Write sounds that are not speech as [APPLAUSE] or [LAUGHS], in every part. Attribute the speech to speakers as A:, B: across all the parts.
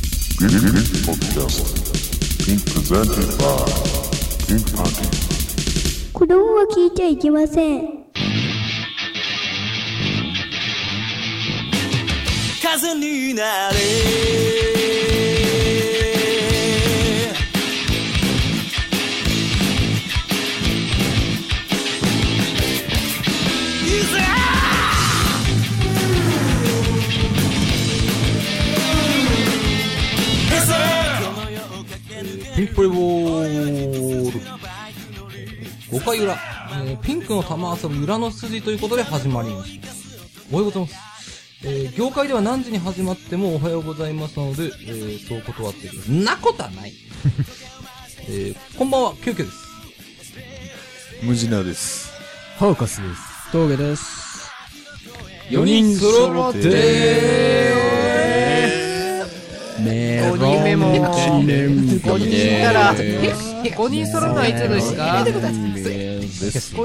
A: This podcast is presented by Pink Party.
B: 子供は聞いちゃいけません。
C: 風になれいざ
D: ピンポリボール。5回裏、えーピンクの玉遊び裏の筋ということで始まりました。おはようございます。えー業界では何時に始まってもおはようございますなので、えーそう断っている。んなことは
E: [LAUGHS]
D: ない。えーこんばんは、キュウキュウです。
E: ムジナです。
F: ハーカスです。峠です。
D: 4人揃って
F: メ
G: 五人目も
F: 五
G: 5人いたら、5人揃わないじゃないですか。5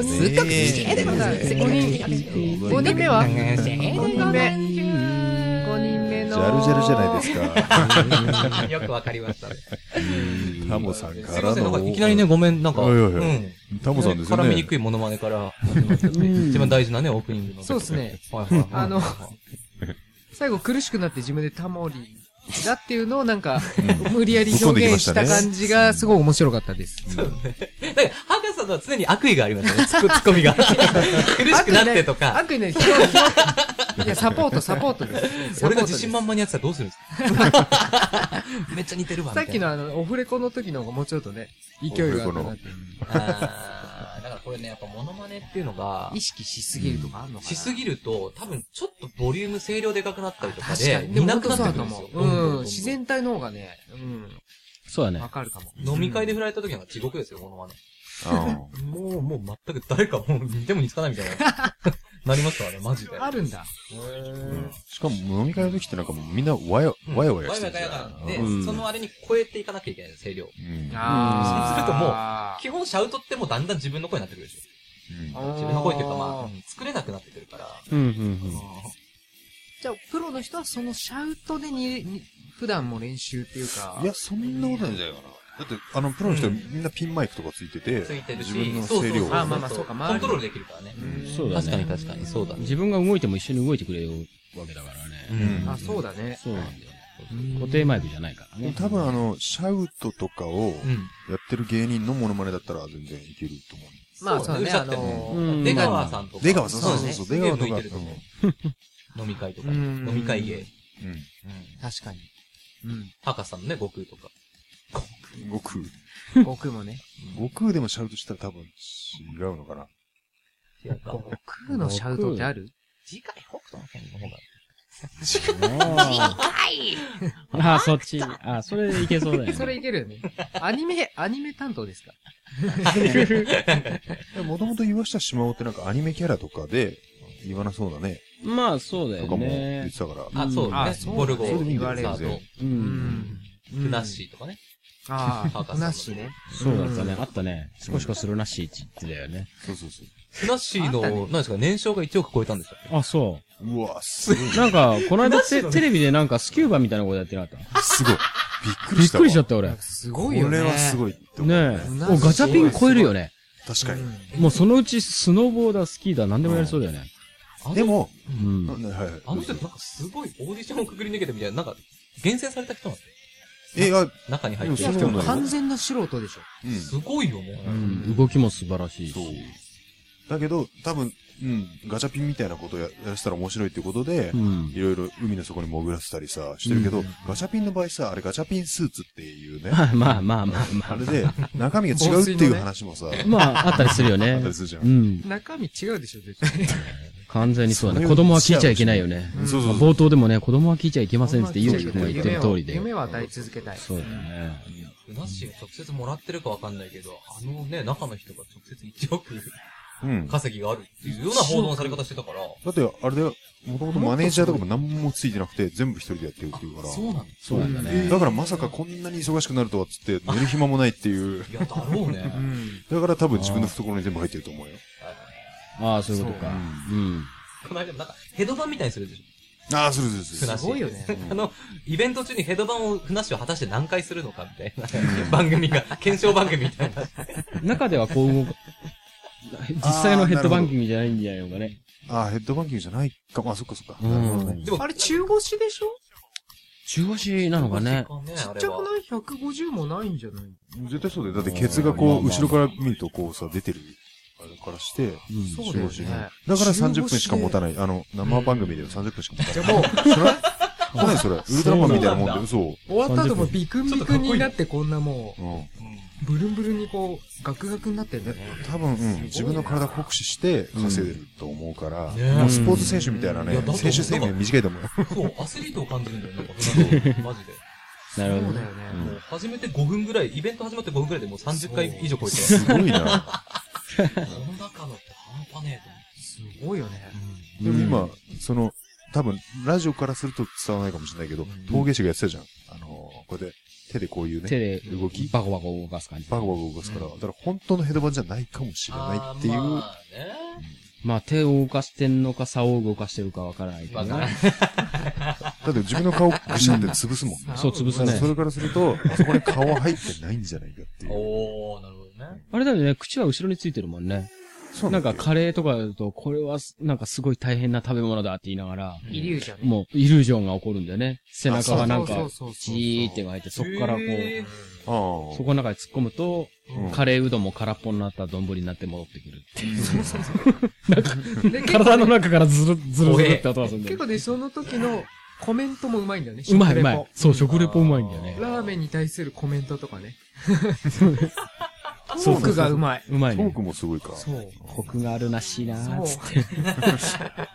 G: 人5人目は ?5 人目。5人目
E: ジ
G: の。
E: ャルジャルじゃないですか。 [LAUGHS]
D: よくわかりましたね。
E: タモさん
D: す
E: か
D: いま
E: ら
D: せん、なんか
E: の。
D: いきなりね、ごめん、なんか。
E: いやいやいや
D: うん。
E: タモさんですよ
D: 絡みに
E: ね。
D: くいモノマネから始まったんで、一番大事なね、オープニングの。
G: そうですね。
D: はいはい。
G: あの最後苦しくなって自分でタモリだっていうのをなんか、無理やり表現した感じがすごい面白かったです。
D: なんか、博士さんとは常に悪意がありま
G: [LAUGHS]
D: したね、ツッコツッコミが。苦しくなってとか。
G: 悪意ない。悪意ないひどい。いや、サポート、サポートです。
D: 俺が自信
G: サ
D: 満
G: ポート
D: 々にやってたらどうするんです
G: [LAUGHS]
D: かめっちゃ似てるわ。
G: ですさっ
D: み
G: きのあの、オフレコの時の方がもうちょっとね、勢いがあったなって。
D: たいな。あーだからこれね、やっぱモノマネっていうのが
G: 意、識しすぎるとかあんのかな
D: しすぎると、多分ちょっとボリューム声量でかくなったりとか
G: 確か
D: で、
G: に。で
D: 似な
G: も本
D: く
G: 当
D: な
G: そう
D: って
G: だ
D: くるんで
G: と思
D: すよ
G: う。。
D: どんどんどん
G: う
D: ど
G: ん。自然体の方がね、う
F: そうだ
G: ん。わ
F: ね。
G: かるかも。
D: 飲み会で振られた時なんか地獄ですよ、モノマネ。
E: うん
D: もう、もう全く誰かもう似ても似つかないみたいな。なりますからね、マジで。
G: あるんだ。
E: しかも飲み会の時ってなんかもうみんなわや、わやわや
D: ワ
E: し
D: イワイガ
E: てるじ
D: ヤガ
E: ゃ
D: ヤで、
E: ん。
D: そのあれに超えていかなきゃいけないです、声量。
E: うん
G: あ
D: 基本シャウトってもうだんだん自分の声になってくるでしょ。
E: うん
G: ー
D: 自分の声っていうかまあ、うん作れなくなってくるから。
F: うんうん
G: じゃあ、プロの人はそのシャウトでに、に普段も練習っていうか。
E: いや、そんなことないんじゃないかな。だって、あの、プロの人
D: うん
E: みんなピンマイクとかついてて、
D: ついてるし、
E: 自分の
D: そうそう
E: 声量
D: そう
G: あまあまあそうか
D: コントロールできるからね。
G: うん
F: そうだね。
D: 確かに、そうだ。
F: 自分が動いても一緒に動いてくれるわけだから
D: う
F: ね。
D: ん。
G: あ、そうだね。
F: そうなんだよね。固定マイクじゃないからね。
E: 多分あの、シャウトとか
D: う
E: を
D: ん。
E: やってる芸人のモノマネだったら全然いけると思う。
G: まあ、そうだね。
D: そう
G: あ
D: だね
G: の
F: う
G: ー、
F: ん
D: 出川さんとか。
E: 出川さん、そう
G: そう
E: そう
G: ね
E: そう、出川とか。
D: すげえ向いてると思飲み会とかね。
G: うん
D: 飲み会芸。うん。
E: う
G: 確かに。うん。
D: 博士さんのね、悟空とか。
E: ん。悟空。
G: 悟空もね。
E: 悟空でもシャウトしたら多分違うのかな。
D: 違うか。
G: 悟空のシャウトってある
D: 次回北斗の拳の方が。
F: ああ、そっち。ああ、それいけそうだよね。
G: それいけるよね。アニメ、アニメ担当ですか
F: [LAUGHS]
E: もともと岩下しまおってなんかアニメキャラとかで、言わなそうだね。
F: まあ、そうだ
E: と
F: よ
E: かも言っ
F: ね
E: て。たから。
D: あ、そうだ
G: あ
D: ね。
G: そうだね
D: ボルゴ
E: それでもいいん
D: ス
E: だ
D: タ
E: よ
D: ー
E: 全
D: ト
E: 然。
F: う。。
G: うん
D: ふなっしーとかね。
G: ああ、
D: 博士
G: ふなっしーね。
F: そうだったね。あったね。シコシコするなしって言ってたよね。
E: そうそうそう。
D: ふなっしーの、
G: あったね
D: 何ですか、年商が1億超えたんでしたっけ
F: あ、そう
E: わ、すごい。
F: う。なんか、この間
D: なしだ
F: [LAUGHS] テ
D: ね
F: テレビでなんかスキューバみたいなことやってなかっ。
E: すごい。びったく
F: び
E: り
F: っ
E: した
F: く
E: わ。
F: りしちゃった俺。
G: すごいよね。
E: これはす
G: い。
E: ごいと思う。
F: ねえ。お、ガチャピン超えるよね。
E: 確かに。
F: もうそのうちスノーボーダー、スキーだ、何でもやりそうだよね。
E: でも、
F: うん。
E: はいはい。
D: あの人なんかすごいオーディションをくぐり抜けてみたいな、なんか、厳選された人なんですよ
E: え、あ、
D: 中に入って
E: いや
D: る
E: でも
G: 完全な素人でしょ。
E: うん。
D: すごいよね。
F: うん、動きも素晴らしい
E: そう
F: し。。
E: だけど、多分、うん、ガチャピンみたいなことややらせたら面白いってことで
F: う、ん
E: い。ろいろ海の底に潜らせたりさ、してるけど、ガチャピンの場合さ、あれガチャピンスーツっていう
F: [LAUGHS]
E: ね、
F: まあまあまあまあま
E: あれで、中身が違うっていう話もさ、
F: あ。まあ、あったりするよ
E: あっ
F: ね
E: たり。するじゃん
F: う。ん。
G: 中身違うでしょ、絶対。
F: 完全にそうだ
E: それ
F: ね。
E: を
F: 子供は聞いちゃいけないよね。
E: そうそうそう
F: 冒頭でもね、子供は聞いちゃいけませんってゆうきくんが言ってる通りで。
G: 夢は与え続けたい。
F: そうだよね。
D: ふなっしーが直接もらってるかわかんないけど、あのね、中の人が直接1億
E: うん。だ
D: 稼ぎがあるっていうような報道のされ方してたから、
E: って、あれだよ、もともとマネージャーとかも何もついてなくて、全部一人でやってるっていうから。
D: そうなんだ。
F: そうなんだね。
E: だからまさかこんなに忙しくなるとはっつって、寝る暇もないっていう。
D: いや、だろうね。 [LAUGHS]
G: うん。
E: だから多分自分の懐に全部入ってると思うよ。
F: ああ、そういうことか。うん。
D: この間もなんか、ヘドバンみたいにするでし
E: ああ、するするす
D: ふ
E: る
D: な。
G: すごいよね。
D: [LAUGHS] あの、イベント中にヘドバンを、ふなっしーを果たして何回するのかみたいな、番組が、検証番組みたいな。
F: 中ではこう動く。実際のヘッドバンキングじゃないんじゃないのかね。
E: ああ、ヘッドバンキングじゃないか。あ、そっかそっか。
F: うん
E: なるほどね
D: でも、
G: あれ中腰でしょ
F: 中腰なのかね。
G: ちっちゃくない ?150 もないんじゃない
E: 絶対そうだよ。だってケツがこう、後ろから見るとこうさ、出てる。あれからして。
G: そうだ
E: 中
G: よ
E: 腰ね
G: ね。
E: だから30分しか持たない。あの、生番組では30分しか持たない。
G: じゃあもう、
E: 何
F: [LAUGHS]
E: それウルトラマンみたいなもんで、嘘。
G: 終わった後もビクンビクンになってこんなも
E: うん。
G: う、ブルンブルンにこう、ガクガクになってんだよね。
E: 多分、うん、自分の体を酷使して稼いでると思うから、
D: ね
E: もうスポーツ選手みたいない
D: や
E: ね
D: だと、思う
E: 選手生命短いと思うよ。
D: そう、アスリートを感じるんだよね、なんかマジで。
F: なる
G: そ
F: ほ
G: う
F: ど
G: だ。よね。
D: もう始めて5分ぐらい、イベント始まって5分ぐらいでもう30回以上超えて、
E: すごいな。
D: この中のって半端ねえと思
G: すごいよね。
E: でも今、その、多分、ラジオからすると伝わらないかもしれないけど、陶芸師がやってたじゃん。あのー、これで、手でこういう
F: 手
E: ね、
F: で
E: 動き
F: バコバコ動かす感じ。
E: バコバコ動かすから、だから本当のヘドバンじゃないかもしれないっていう、
D: あーまあね
F: まあ手を動かしてんのか、竿を動かしてるかわからないけど
D: わから
F: ね。
E: だって自分の顔ぐしゃって潰すもんね。
F: そう、潰す
E: だから
F: ね
E: そ。れからすると、あそこに顔入ってないんじゃないかっ
D: [LAUGHS]
E: ていう。
D: おー、なるほどね。
F: あれだよね、口は後ろについてるもんね。
E: そう
F: なん
E: だ
F: か
E: よ
F: カレーとかだと、これはすなんかすごい大変な食べ物だって言いながら、
G: イリュージョンね。
F: もうイリュージョンが起こるんだよね。背中がなん
G: そ
F: か
G: うそうそう、そう
F: じーってが入って、そこからこ
D: へ
F: う、
E: ああ
F: そこの中に突っ込むと、
E: うん
F: カレーうどんも空っぽになった丼になって戻ってくるっていう。
G: で結構ね
F: 体の中からズルズルズルって音がするんだ
G: 結
F: よ。
G: 構ね、その時のコメントもうまいんだよね。
F: うまい
G: 食
F: う
G: レポ
F: まい。そう、食レポうまいんだよね。
G: ラーメンに対するコメントとかね。トークがうまい。
F: うまい
E: トー
F: ね
E: ク。もすごいか。
G: そう。
F: コクがあるなしいなーっつ
G: そ
F: っ
G: う。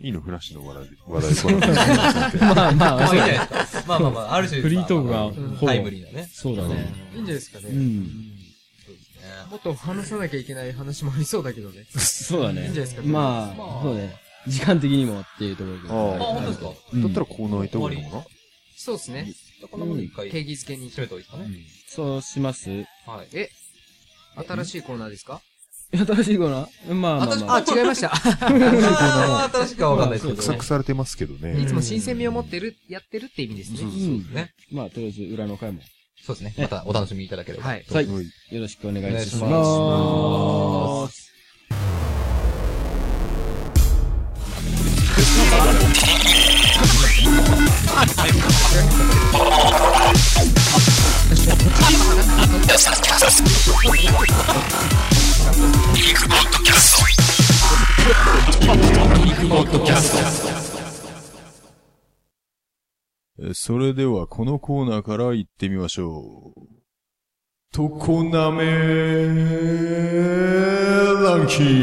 E: いいの、フラッシュの話題、話題、この話
F: て。 [LAUGHS] まあま
D: ま
F: あ、
D: あ、
F: そ
D: いういじゃないですか。まあまあまあ、ある種、
F: フリートークが
D: まあまあ
F: ほぼ
D: タイムリーだね。
F: そうだね。
G: いいんじゃないですかね。
F: うん。
G: もっと話さなきゃいけない話もありそうだけどね。
F: [LAUGHS] そうだ
G: いい
F: ね
G: んじゃないですか。
F: まあ、そうね。時間的にもっていうところで。
E: あ
D: あ、本当ですか
F: うん
E: だったらコーナー行った方がいいのかな
G: そうですね。
D: こんなもの一回、
G: 定
D: 決
G: 義づけに。
D: めておいてかね。
F: そうします
D: はい。
G: え新しいコーナーですか
F: 新しいコーナーまあまあ
G: あ
F: まあ。、
G: 違いました。
D: あー、新しいかわかんないですけ
E: くさ
D: どね
E: く。されてますけど
G: い
E: ね。
G: つも新鮮味を持ってる、やってるって意味です
E: そう
G: ね。
F: うん。
D: ね。
F: まあ、とりあえず裏の回も
D: そうですね。またお楽しみいただければ。
G: はい。
F: はい。
E: はい
F: よろしくお願いし
D: お願いし
F: ま。
D: ます
E: えーそれでは、このコーナーから行ってみましょう。とこなめランキング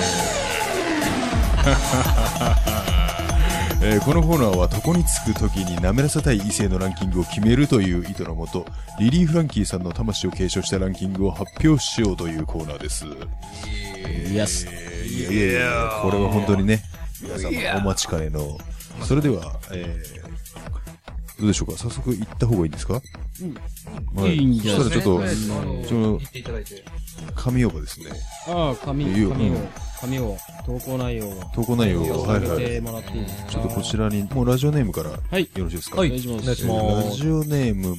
E: [LAUGHS] えーこのコーナーは床につく時に滑らせたい異性のランキングを決めるという意図のもとリリー・フランキーさんの魂を継承したランキングを発表しようというコーナーです
F: イエス。
E: いやいやいや、これは本当にね、皆様お待ちかねの。それでは、えー、どうでしょうか早速行った方がいいんですかうん。はい
F: いんじゃない
E: そしたらちょ
G: そうで
E: っ
G: すね
D: あの
E: ちょ
D: 言っていただいて。
E: と、神オーバーですね。
F: ああ、紙、
E: いいよ
F: 紙を
E: うん、
F: 紙を、投稿内容を、
E: 投稿内容を、はい
F: 上
E: は
F: げ
E: い。
F: てもらっていいですか
E: ちょっとこちらに、もうラジオネームから、
F: は
E: よ
F: い
E: ろしいですか
F: お願いしま
E: え
F: す。
E: ーラジオネーム、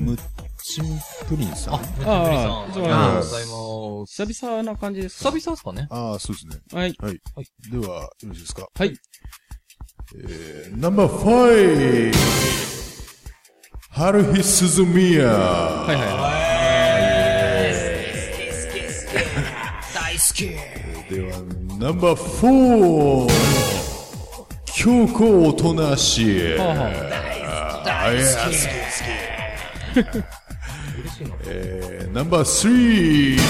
E: むっちむプリンさん。
F: ああ、
D: あ
F: そ
D: りがとう
F: うなん
D: ご
F: で
D: ざいます。
F: す。久々な感じです
D: 久
F: か
D: 々ですかね
E: ああ、そうですね。
F: はい。
E: はい。
D: はい
E: では、よろしいですか
F: はい。
E: えーナンバーファイブ春日鈴宮。はい
F: はい
E: では、ナンバーフォー、強行おとなしい。
F: はあは
E: 大好き、えーナンバースリー、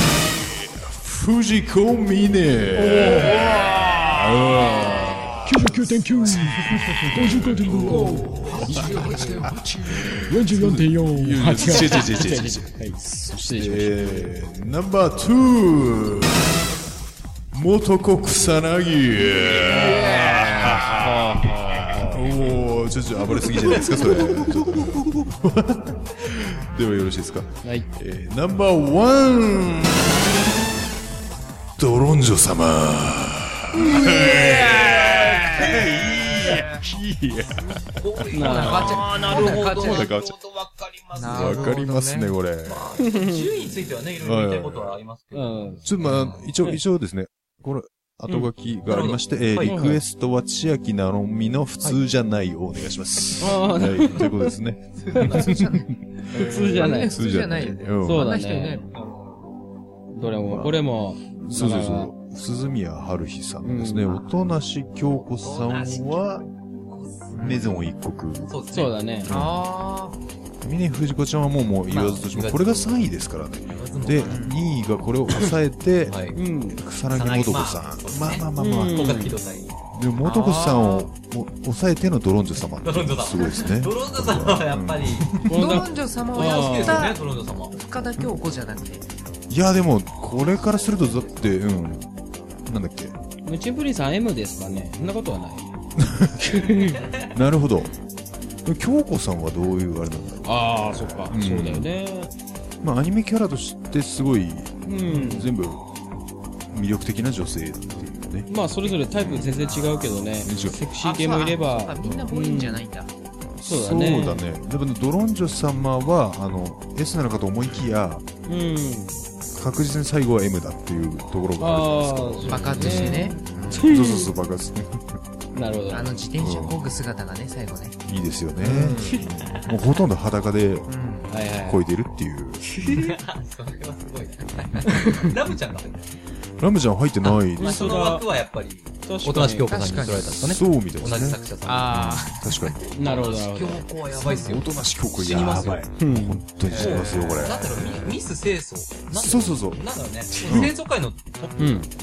E: 藤子ミネ。違う違う違う違う違
F: 44.4。
E: う
F: はい。失礼しまし
E: えーナンバーツー、元子草薙。 [LAUGHS] おー、ちょっと暴れすぎじゃないですか、それ。で [LAUGHS] はよろしいですか。
F: た。はい。
E: えーナンバーワンドロンジョ様イエーイ [LAUGHS] いや、
D: こういう
G: コーナー変わっちゃう
D: あーなるほど。
G: コーナー変わっちゃ
E: う
D: なるほどわかります
E: わ
G: なるほどね
E: かりますね、これ。
D: 順位についてはね、いろいろ言いたいことはありますけど。
F: うん。
E: ちょっとまあ、一応、一応ですね、これ、後書きがありまして、えー
D: はい
E: リクエストは千秋なおみの普通じゃないをお願いします。
F: は
E: はいい、ということですね。
F: 普通じゃない。
G: 普通じゃないよね
E: うん
F: そう
G: あん
F: だ
G: な人いない
F: ね
G: も。ん。
F: どれも、これも、
E: そうそうそう。鈴宮春日さんですね。
F: うん
E: 音無し京子さんは、メゾン一国。
D: そうですね。
F: そうだね。
G: あー
E: 峰藤子ちゃんはもうもう言わずとし
D: ま
E: も、
D: あ
E: これが3位ですからね。で、2位がこれを抑えて、
D: はい。
F: うん。
E: 草薙もとこさん。
D: 草
E: まあ
D: 薙まあ
E: まあまあまあ。
F: うん
D: 今回のひどさい。
E: でも、もとこさんをお抑えてのドロンジョ様。
D: ドロンジョ様
E: すごいですね。
D: ドロンジョ様はやっぱり、
F: こ
G: ド
F: の
G: ロ
F: 中
G: ンジョ様
F: あー
D: 好き
G: をや
D: です
G: っ
D: よね、
G: た
D: ドロンジョ様。
G: 深田京子じゃなくて。
E: いや、でも、これからすると、だって、うん。なんだっけ。
F: ムチプリンさん M ですかねそんなことはない。
E: なるほど。京子さんはどういうあれなんだろ
F: [LAUGHS] ああ、そっか
E: ん
F: そうだよね。
E: う。まあ、アニメキャラとしてすごい、
F: うん。
E: 全部魅力的な女性っていうね
F: まあ、それぞれタイプ全然違うけどね。
E: 違う
F: セクシー系もいれば
G: あそう。だみんな本人じゃないんだ。
F: そうだね
E: そうだねでもねドロンジョ様はあの S なのかと思いきや
F: うん。
E: 確実に最後は M だっていうところがある
F: ああ、
G: 爆発してね。
E: じゃないですかそうそうそう爆発ね
F: なるほど
G: あ。の自転車こぐ姿がね、最後ね。
E: いいですよね、もうほとんど裸で
G: うん。
F: はいはい。
E: こいでるっていう
D: それはすごい。ラムちゃんが入って
E: ラムちゃん入ってない
D: ま
E: で
D: あ
E: す
D: その枠はやっぱり、
F: 確
D: おと
F: か
D: なし
F: に
D: 京子さんに取られたんですかね。
E: そうみたいで
D: 同
E: す
D: じ
E: ね
D: 作者さん。
G: あ
E: 確かに
F: なるほど、なるほ
D: 京
F: ど。
D: 子はやばいっすよ。
E: おとなしくこ
D: 死
E: や
D: にますよ
E: ばい本当に死にますよこれ
D: なんだろう、ミミス清掃。なんだろ
E: そうそうそう
D: なんだろうね。清掃界のトッ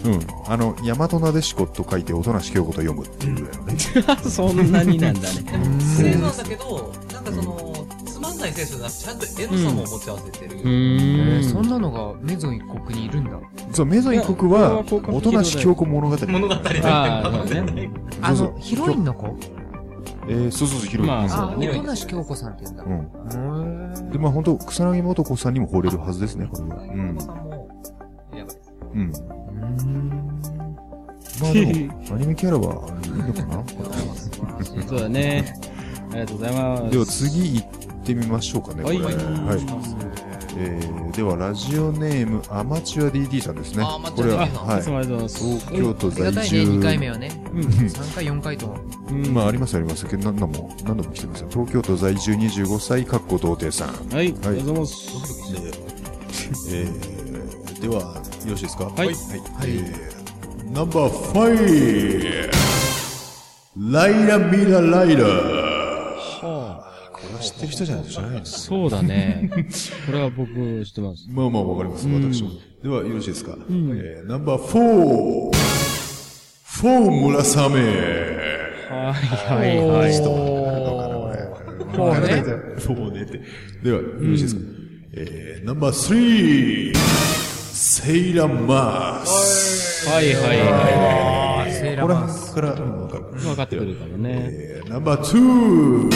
D: プ
F: うん。
E: うんあの大和なでしこと書いておとなしきょうこと読むっていうぐらいのね
F: [LAUGHS] そんなになんだね。
D: でも清掃なんだけど、なんかその、つまんない清掃じゃなくて、ちゃんとエロさも持ち合わせてる。
F: [LAUGHS] う
G: あ。
F: ーん。
G: そんなのがメゾン一国にいるんだ。
E: そう、メゾン一国は、おとなし京子物語。
D: 物語だよね。
F: あー
D: まあ
F: そうだね
D: ね
G: あ
E: そうそ
G: の、
E: う
G: ヒロインの子
E: えー、そうそうそう、広い。
F: まあ
G: あ、
D: ヒロイン
G: 音無し京子さんって言うんだ。
E: うん。
G: へー
E: で、まあ本当草薙素子さんにも惚れるはずですね、これは。うん
D: お。子さんもやばいです
E: うん。
G: うーん
E: まあでも、アニメキャラはいいのかな
F: そうだね。ありがとうございます。
E: では次行ってみましょうかね、こ
F: はい
E: れ。はい。えー、では、ラジオネーム、アマチュア DD さんですね。
D: あアマチュア
E: これは、
D: DD さん
E: はい
F: つ。もありがとうございます。
E: 東京都
G: ありが
E: 在
G: たいね、
E: 住。
G: 2回目はね。
F: うん
G: 3回、4回とも。
F: うん
E: まあ、ありますありますけど、何度も、何度も来てますよ。東京都在住25歳、かっこ童貞さん。
F: はい、ありがとうございます。
E: えー、では、よろしいですか
F: はい
E: はい。えー、ナンバーファイライラミラライラこれは知ってる人じゃないと知らないです。
F: そうだ [LAUGHS] ね。これは僕知ってます。
E: まあまあわかります、私も。では、よろしいですか、えー、ナンバーフォーフォー村雨
F: はいはいはい。
E: フォーね。フォーねって。では、よろしいですか、えー、ナンバースリーセイラマース
F: はいはいは
G: セーラ
E: こ
G: ー
E: れ
G: マン
E: から分かる
F: い。分かってくるからね。
E: えーナンバー2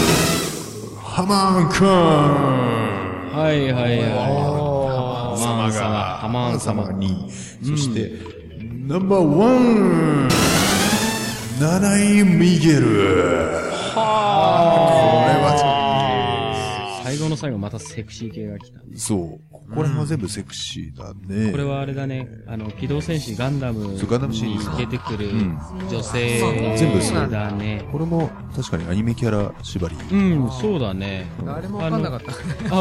E: ハマンカ
F: はいはい
E: ー
F: は
E: ン様が
F: ハマン様
E: ハマン様にそして、ナンバーワンナナイン・ミゲル
F: い。最後の最後またセクシー系が来た。
E: そうここら辺は全部セクシーだね、
F: これはあれだね、あの、機動戦士ガンダムに
E: そうガンダムシリーズ
F: 出てくる女性
E: 全部そう
F: だね。
E: これも確かにアニメキャラ縛り、
F: うん、そうだね。
G: 誰もわかんなかった。
F: あ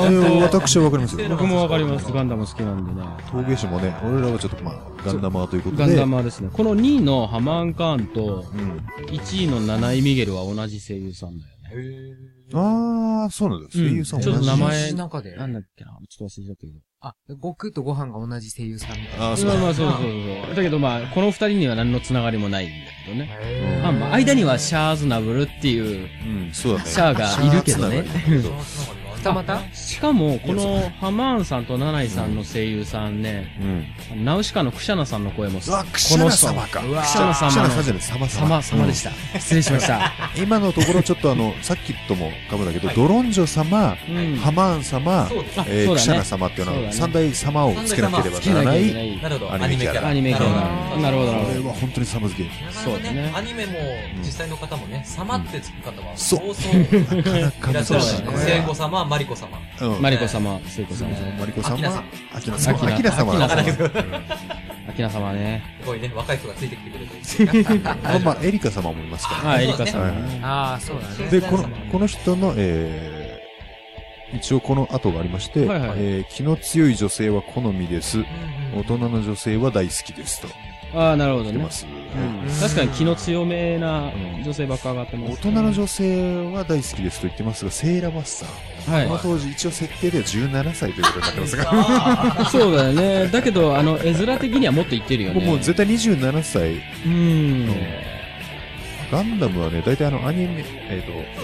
E: えー私はわかりますよ
F: 僕もわかります。ガンダム好きなんでね。
E: 陶芸師もね俺らはちょっとまあガンダマーということで
F: ガンダマーですね。この2位のハマーンカーンと
E: うん
F: 1位のナナイミゲルは同じ声優さんだよね。
E: ああそうなんだ声優さん
F: ちょっと名前
G: 同じ中で
F: なんだっけな、ちょっと忘れちゃったけど。
G: あ、悟空とご飯が同じ声優さんみたい
E: ああそう
F: まあ
E: だ
F: まあそうそうそうそう。だけどまあ、この二人には何のつながりもないんだけどね。まあまあ、間にはシャーズナブルっていう、
E: うんそうだね
F: シャアがいるけど
E: シャアつなが
F: ね。
E: りだけど
G: 二股
F: しかも、このハマーンさんとナナイさんの声優さんね、
E: うん。
F: ナウシカのクシャナさんの声も、こ
E: うわ、クシャナ
F: の人、
E: 様か。
F: うわ
E: クシャナ様。ク
F: クシ
E: シ
F: ャ
E: ャ
F: ナ
E: ナ様
F: 様
E: じゃない、様様。
F: 様、様でした。失礼しました。
E: うん。今のところちょっとあの、さっきともかぶだけど、ドロンジョ様、
F: うん
E: ハマーン様
D: そうです、
E: えー
F: あそうだね
E: クシャナ様っていう
F: そうだ
E: のは
F: ね
E: 三大様をつけなければ
F: 好き
E: なら
F: な
E: な
F: キャ
E: い。
F: ラ
D: な
F: な
D: る
F: い。
D: ほど。
E: アニメキャラ
F: アニメキャラ。なるほど
E: こ
F: なる
E: れ
F: ほど。
E: は本当にサムズ
F: [LAUGHS]
E: ゲーム。
D: なるほど
F: そうだ
D: ね
F: ね。
D: アニメも実際の方もね、様ってつく方は、
E: そう
D: そうそ
E: な
D: う。
E: かなか
D: いらっしゃ
E: 珍
D: る
E: し
D: し
E: い
D: ね
E: ね。。
D: 聖子様、マリコ様。
E: うん
F: マリコ様、聖子様、
E: マリコ
D: アキナさ
E: 様
D: ん、
E: アキナ様、ア
F: アキ
E: キ
F: ナ
E: ナ
F: 様
E: 様
D: わ
E: だ
D: からないけど、す
F: アキナ様ね。
D: ごいね、若い人がついてきてくれてるといいですね。
E: まあまあ、エリカ様もいますか
F: あ、エリカ様
E: そうだ
F: ね。
G: ああ、そうだね。
E: ら。で、この、この人の、えー一応この後がありまして、
F: はいはい
E: えー気の強い女性は好みです。
D: うんう
E: 大
D: ん
E: 人の女性は大好きですと。
F: ああ、なるほど
E: 出
F: ね
E: ま。す。
F: うん確かに気の強めな女性ばっか上がってます。
E: 大人の女性は大好きですと言ってますが、セイラバッサー。この
F: は
E: 当時、一応設定では17歳ということになってますが、
F: い。そうだよね。だけど、あの、絵面的にはもっといってるよ
E: もう [LAUGHS]
F: ね。
E: もう絶対27歳。
F: うん。
E: ガンダムはね、大体あのアニメ、え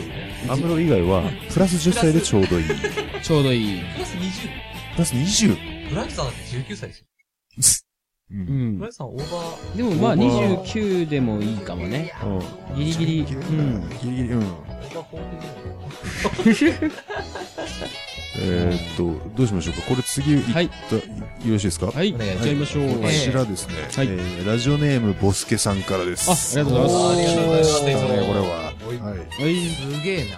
E: っ、と、アムロ以外は、プラス10歳でちょうどいい。プ
F: ちょうどいい。
D: プラス20。
E: ラス20。
D: ブライトさんだって19歳ですよ。
E: う。
F: うんん
D: ブライ。トさんオーバー。
F: でもまあ
E: オーバー
F: 29でもいいかもね。ギリギリ。うん。
E: ギリギリ、うん。
D: オーバー40
E: えーっと、どうしましょうか。これ次、い
F: はい。
E: ったよろしいですか
F: はい。
D: お願いしま
F: 行っ
D: す
F: ちゃいましょう。
E: こちらですね、
F: はい
E: えーラジオネームボスケさんからです。
F: あ、ありがとうござい
D: あ
F: ま
D: りがとうございます
E: 来たねこれは。
D: おい
E: はい
F: す。はい。
G: すげえな。
E: えー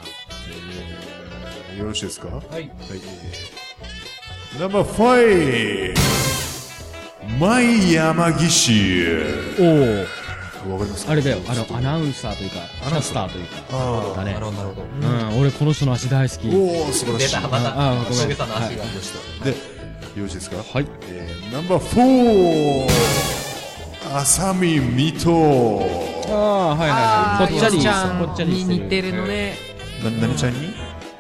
E: よろしいですかはい。
D: はい。
E: えーナンバーファイ舞山岸
F: おー
E: わかりますか
F: あれだよ。あ
E: ちょっと
F: の、アナウンサーというか、
E: アナ
F: キ
E: ウ
F: ャ
E: ン
F: ス
E: サ
F: タ
E: ー
F: ーというか。
E: あ
F: だね
D: なる。ほど、なるほど。
F: うん。俺この人の足大好き。
E: ーおー、素晴ら
D: 出
E: しい。
D: た、
E: わか
D: ま
F: ああ
D: た、
F: ごめん
D: 小さんの足が。
E: りました。で、よろしいですか
F: はい。
E: えーナンバーフォー浅見美と
F: ああ、はいはいはい。ぽっちゃり、
G: ちゃん
F: ぽっちゃり
G: に
F: して
G: 似
F: る。
G: てるのね。
E: な何ちゃんに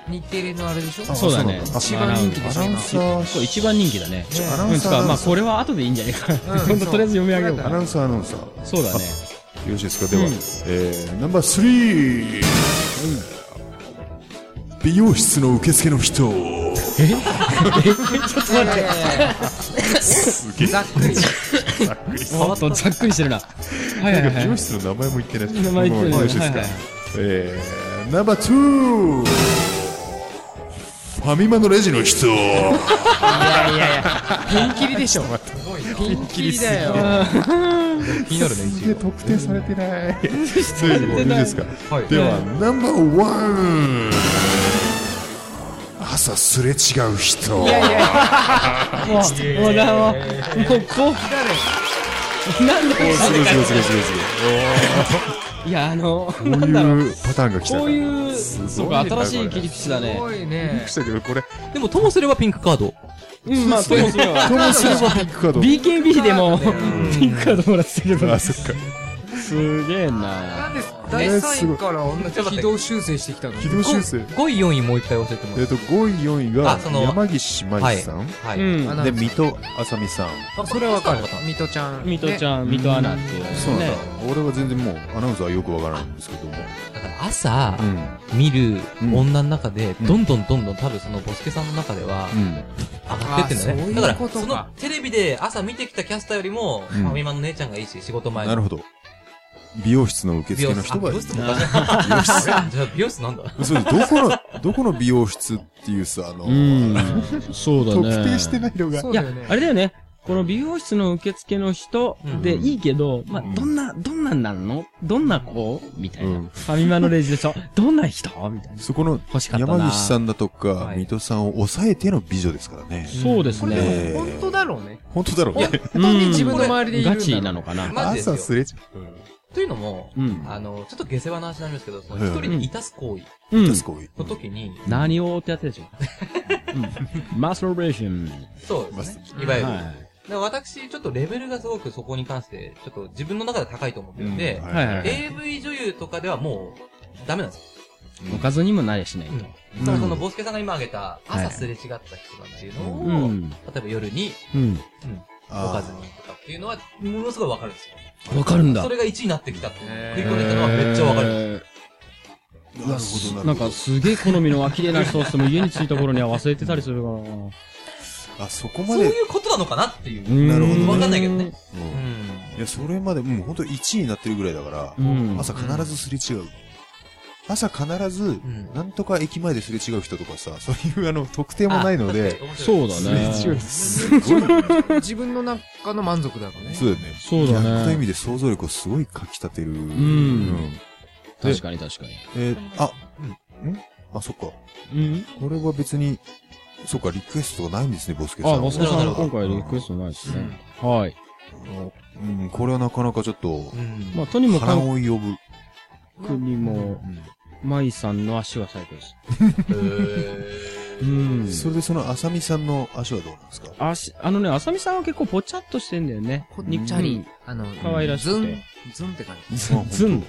G: 日テレのあれでしょ
E: あ
F: そうだね。
E: そう
G: 一
E: なん
G: 番
E: だ
G: 人気でしょ、今。
E: ー
F: そう、一番人気だね。
E: アナ
F: う
E: ウ
F: ん、
E: ン
F: つ
E: サー
F: か、
E: アナウ
F: まあ、
E: ンサー
F: これは後でいいんじゃないか [LAUGHS] な。
G: うん
F: とりあえず読み上げよう
E: ア
F: か
E: ナ
F: な。
E: ウンサーアナウンサーよ
F: そうだね。
E: ろしいですかでは、
F: うん
E: えーナンバースリー美容室の受付の人すげえ
G: ざっくり。
F: おっと、ざっくりしてるな。はいはいは
E: 美
F: い
E: 容。室の名前も言ってない
F: 名前言っ
E: もうよ
F: てない
E: ろしいですか、
F: はいはい
E: えーナンバーツーファミマのレジの人
G: ピンキリでしょ。ピンキリだよ。
D: 気になるね、一応。
E: 特定されてない。失礼いいですか。
D: はい
E: では、ナンバーワン。朝すれ違う人。
F: もう、もうだ、もう、もう、こう、なんだこ
E: おすごいすごいすごいすごいす
F: れいや、あの、
E: ごい。
F: な
E: こうん
F: だろう。
E: いうパターンが来た。
F: こういう、
E: ごい
F: そうか、
E: なこれ
F: 新しい切り口だ
G: す
F: ね。
G: ごいね
E: 来。たけど、
D: [LAUGHS]
E: これ。
D: でも、ともすればピンクカード。
F: うん、まあ、ともすれば。
E: どうもすればピンクカード。
F: BKB でも、ピンクカードもらってたけど
E: あ、。そっか。
F: すげえ
G: な
F: な。
G: んで第3位からあんな軌道修正してきたの
E: 軌道修正。
D: 5位、4位もう一回教えても
E: え
D: ら
E: っと、5位、4位が
D: あその
E: 山岸
D: は
E: 舞
D: い。
E: さん。
D: は
F: う
D: い。
F: ん。
E: で、水戸あさみさん。
D: あ
G: それはわかる
D: そうだ。
G: ミトちゃん。
F: ミトち
G: ん。
F: ゃん、ミトアナっていうね。
E: そうなんだ。俺は全然もう、アナウンサーはよくわからないんですけども。
D: だから朝
E: う、ん。
D: 見る
E: うん
D: 女の中で、
E: うん
D: どんどんどんどん多分そのボスケさんの中では、
E: うん。
D: 上がってってんだ
G: あ
D: ね。
G: ー
D: だから、
G: そういうこと
D: そ
G: か
D: のテレビで朝見てきたキャスターよりも、フ
E: ん
D: ァミマの姉ちゃんがいいし、仕事前
E: なる
D: の
E: ほど。美容室の受
D: 美容
E: 付
D: 室。
E: の人がいい。
D: あ美容室もかじゃあ美容室なんだ
E: そうですどこの、どこの美容室っていうさ、あの、
F: うん。そうだね。
E: 特定してないのが
G: そ。う
F: い
G: だ
F: や
G: よね、。
F: あれだよね。この美容室の受付の人
D: うん
F: でいいけど、まあ、どんな、どんなんなんのどんな子みたいな。ファミマのレジでしょ [LAUGHS] どんな人みたいな。
E: そこの
F: 欲しかったな。
E: 山岸さんだとか
D: は、い
E: 水戸さんを抑えての美女ですからね。
F: そうです
G: これ
F: ね。
G: でも本当だろうね。
E: 本当だろうね。
G: 本当に自分の周りでいるん
F: ガ
G: だ
F: チなのかな。
D: マジ
E: 朝
D: です
E: す
D: よ。
E: れ違
D: というのも、
F: うん。
D: あの、ちょっと下世話な話になりますけど、その
E: はい
D: 一人でいたす行為
F: う
E: うんん。す。 [LAUGHS] ごい。
D: の時に、
F: 何をってやつでしょ。うんマストベーション。
D: そうですね。いわゆる。だか
F: は
D: ら私、ちょっとレベルがすごくそこに関して、ちょっと自分の中で高いと思ってるんで、
E: うん
F: い。はいはい。
D: AV 女優とかではもう、ダメなんですよ。
F: おかずにもなりゃしないと。
D: うん。ただその、ボスケさんが今挙げた、朝すれ違った人っていう
F: う
D: のを、
F: ん。
D: 例えば夜に、
F: うん。
D: おかずにとかっていうのは、ものすごいわかるんですよ。
F: わかるんだ
D: そ。れが1位になってきたっていう。
G: へー
D: 食い込んでたのはめっちゃわかる。
F: る。
E: なるほど、なほど
F: なんかすげえ好みの綺麗な人しても家に着いた頃には忘れてたりするからな。
E: あ、そこ
D: そ
E: ま
D: う
E: で、
D: いうことなのかなっていう。
E: なるほどね
D: わかんないけどね。
E: うん
D: うん。
E: いや、それまで、うん、本当1位になってるぐらいだから、
F: うん
E: 朝必ずすれ違う。朝必ず、
D: ん
E: なんとか駅前ですれ違う人とかさ、そういうあの、特定もないので、
F: そうだね。
E: すごい、
G: 自分の中の満足だからね。
E: そうだよね。
F: そうだね
E: 逆の意味で想像力をすごいかき立てる。うん
F: 確かに確かに。
E: えーあ、うんあ、そっか。
F: うん
E: これは別に、そっか、リクエストがないんですね、ボスケさんは。
F: あ、マスコさ
D: なる
F: ん、
D: ほど
F: 今回リクエストないですね。はい。
E: うん、これはなかなかちょっと
D: う、ん。
F: まあ、とにもか
E: 波
F: ん
E: 乱を呼ぶ。
F: くにも
E: う、ん
F: 舞さんの足は最高です。う
E: そ
F: ん。
E: れでその、あさみさんの足はどうなんですか
F: 足、あのね、あさみさんは結構ぽちゃっとしてんだよね。
G: こっちゃり、あの、
F: 可愛らし
G: ズ
F: くて
G: ン、ズンって感じ。
E: ズ
F: ズン、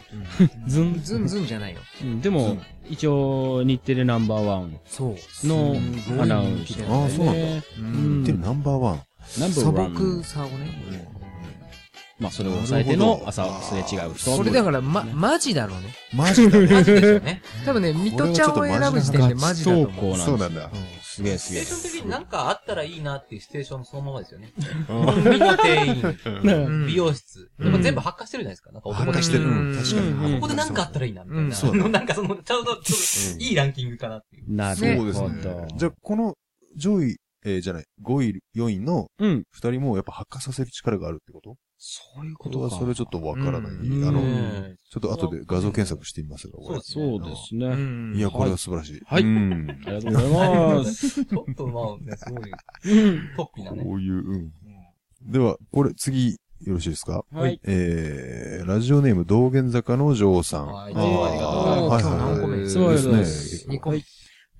F: ズン、
G: ズンズンじゃないよ。
F: うんでも、一応、日テレナンバーワン
G: そう。
F: の
G: すごい
F: アナウン
G: 人気
F: サ
G: だ
F: ー。
G: よね
E: あそうなんだ
F: ね
G: う
F: うんん
E: でもナンバーワン。
F: ナンバ
G: 素
F: ーワン
G: 朴さをね。
F: まあ、それを抑えて
E: なるほ
F: の
E: ど
F: 朝すれ違う人。
G: それ
F: [LAUGHS]
G: だから、ま、マジだろうね。
E: マジだね。
D: マジですよね。
G: 多分ね、ミトちゃんを選ぶ時点でマジだと
F: 投
G: 思う。
F: 稿なんです。
E: んだ。
F: すげえす
D: ス
F: げ
D: テー
F: え
D: シ。ョン的になんかあったらいいなっていうステーションそのままですよね。コンビニの店員、
G: うん
D: 美容室。
G: うん
D: やっぱ全部発火してるじゃないですか。なんか男だ
E: 発火
D: け
E: してる。
D: こ
E: うん確かに。
F: うん
D: こでなんかあったらいいな、みたい
G: うん
D: な。
E: そうだ
D: [LAUGHS] あのなんかその、ちゃんと、
E: ん
D: いいランキングかなっていう。
F: な
E: そう
F: る
E: です
F: ほ
E: ね
F: ど。。
E: じゃあ、この上位、えーじゃない、5位、4位の
F: うん。
E: 2人もやっぱ発火させる力があるってこと
F: そういうこ
E: こと
F: と
E: は
F: か。
E: それちょっとわからない。あ
G: うん
E: の、
D: うん
E: ちょっと後で画像検索してみますが、これ
F: そうです
G: う
F: ね。
G: ん
E: いや、これは素晴らしい。
F: はい
E: うん
F: ありがとうございます。 [LAUGHS]
D: ちょっとまあ、ね、すごい、トッピーなね。
E: こういう、うん。では、これ、次、よろしいですか
F: はい。
E: えー、ラジオネーム、道玄坂の女王さん。
D: はい
E: あー
D: どうもありがとうござい
G: ます
E: はいはいはい
G: 今日何個目
F: すごい
E: ですね
F: です。
G: 2個目。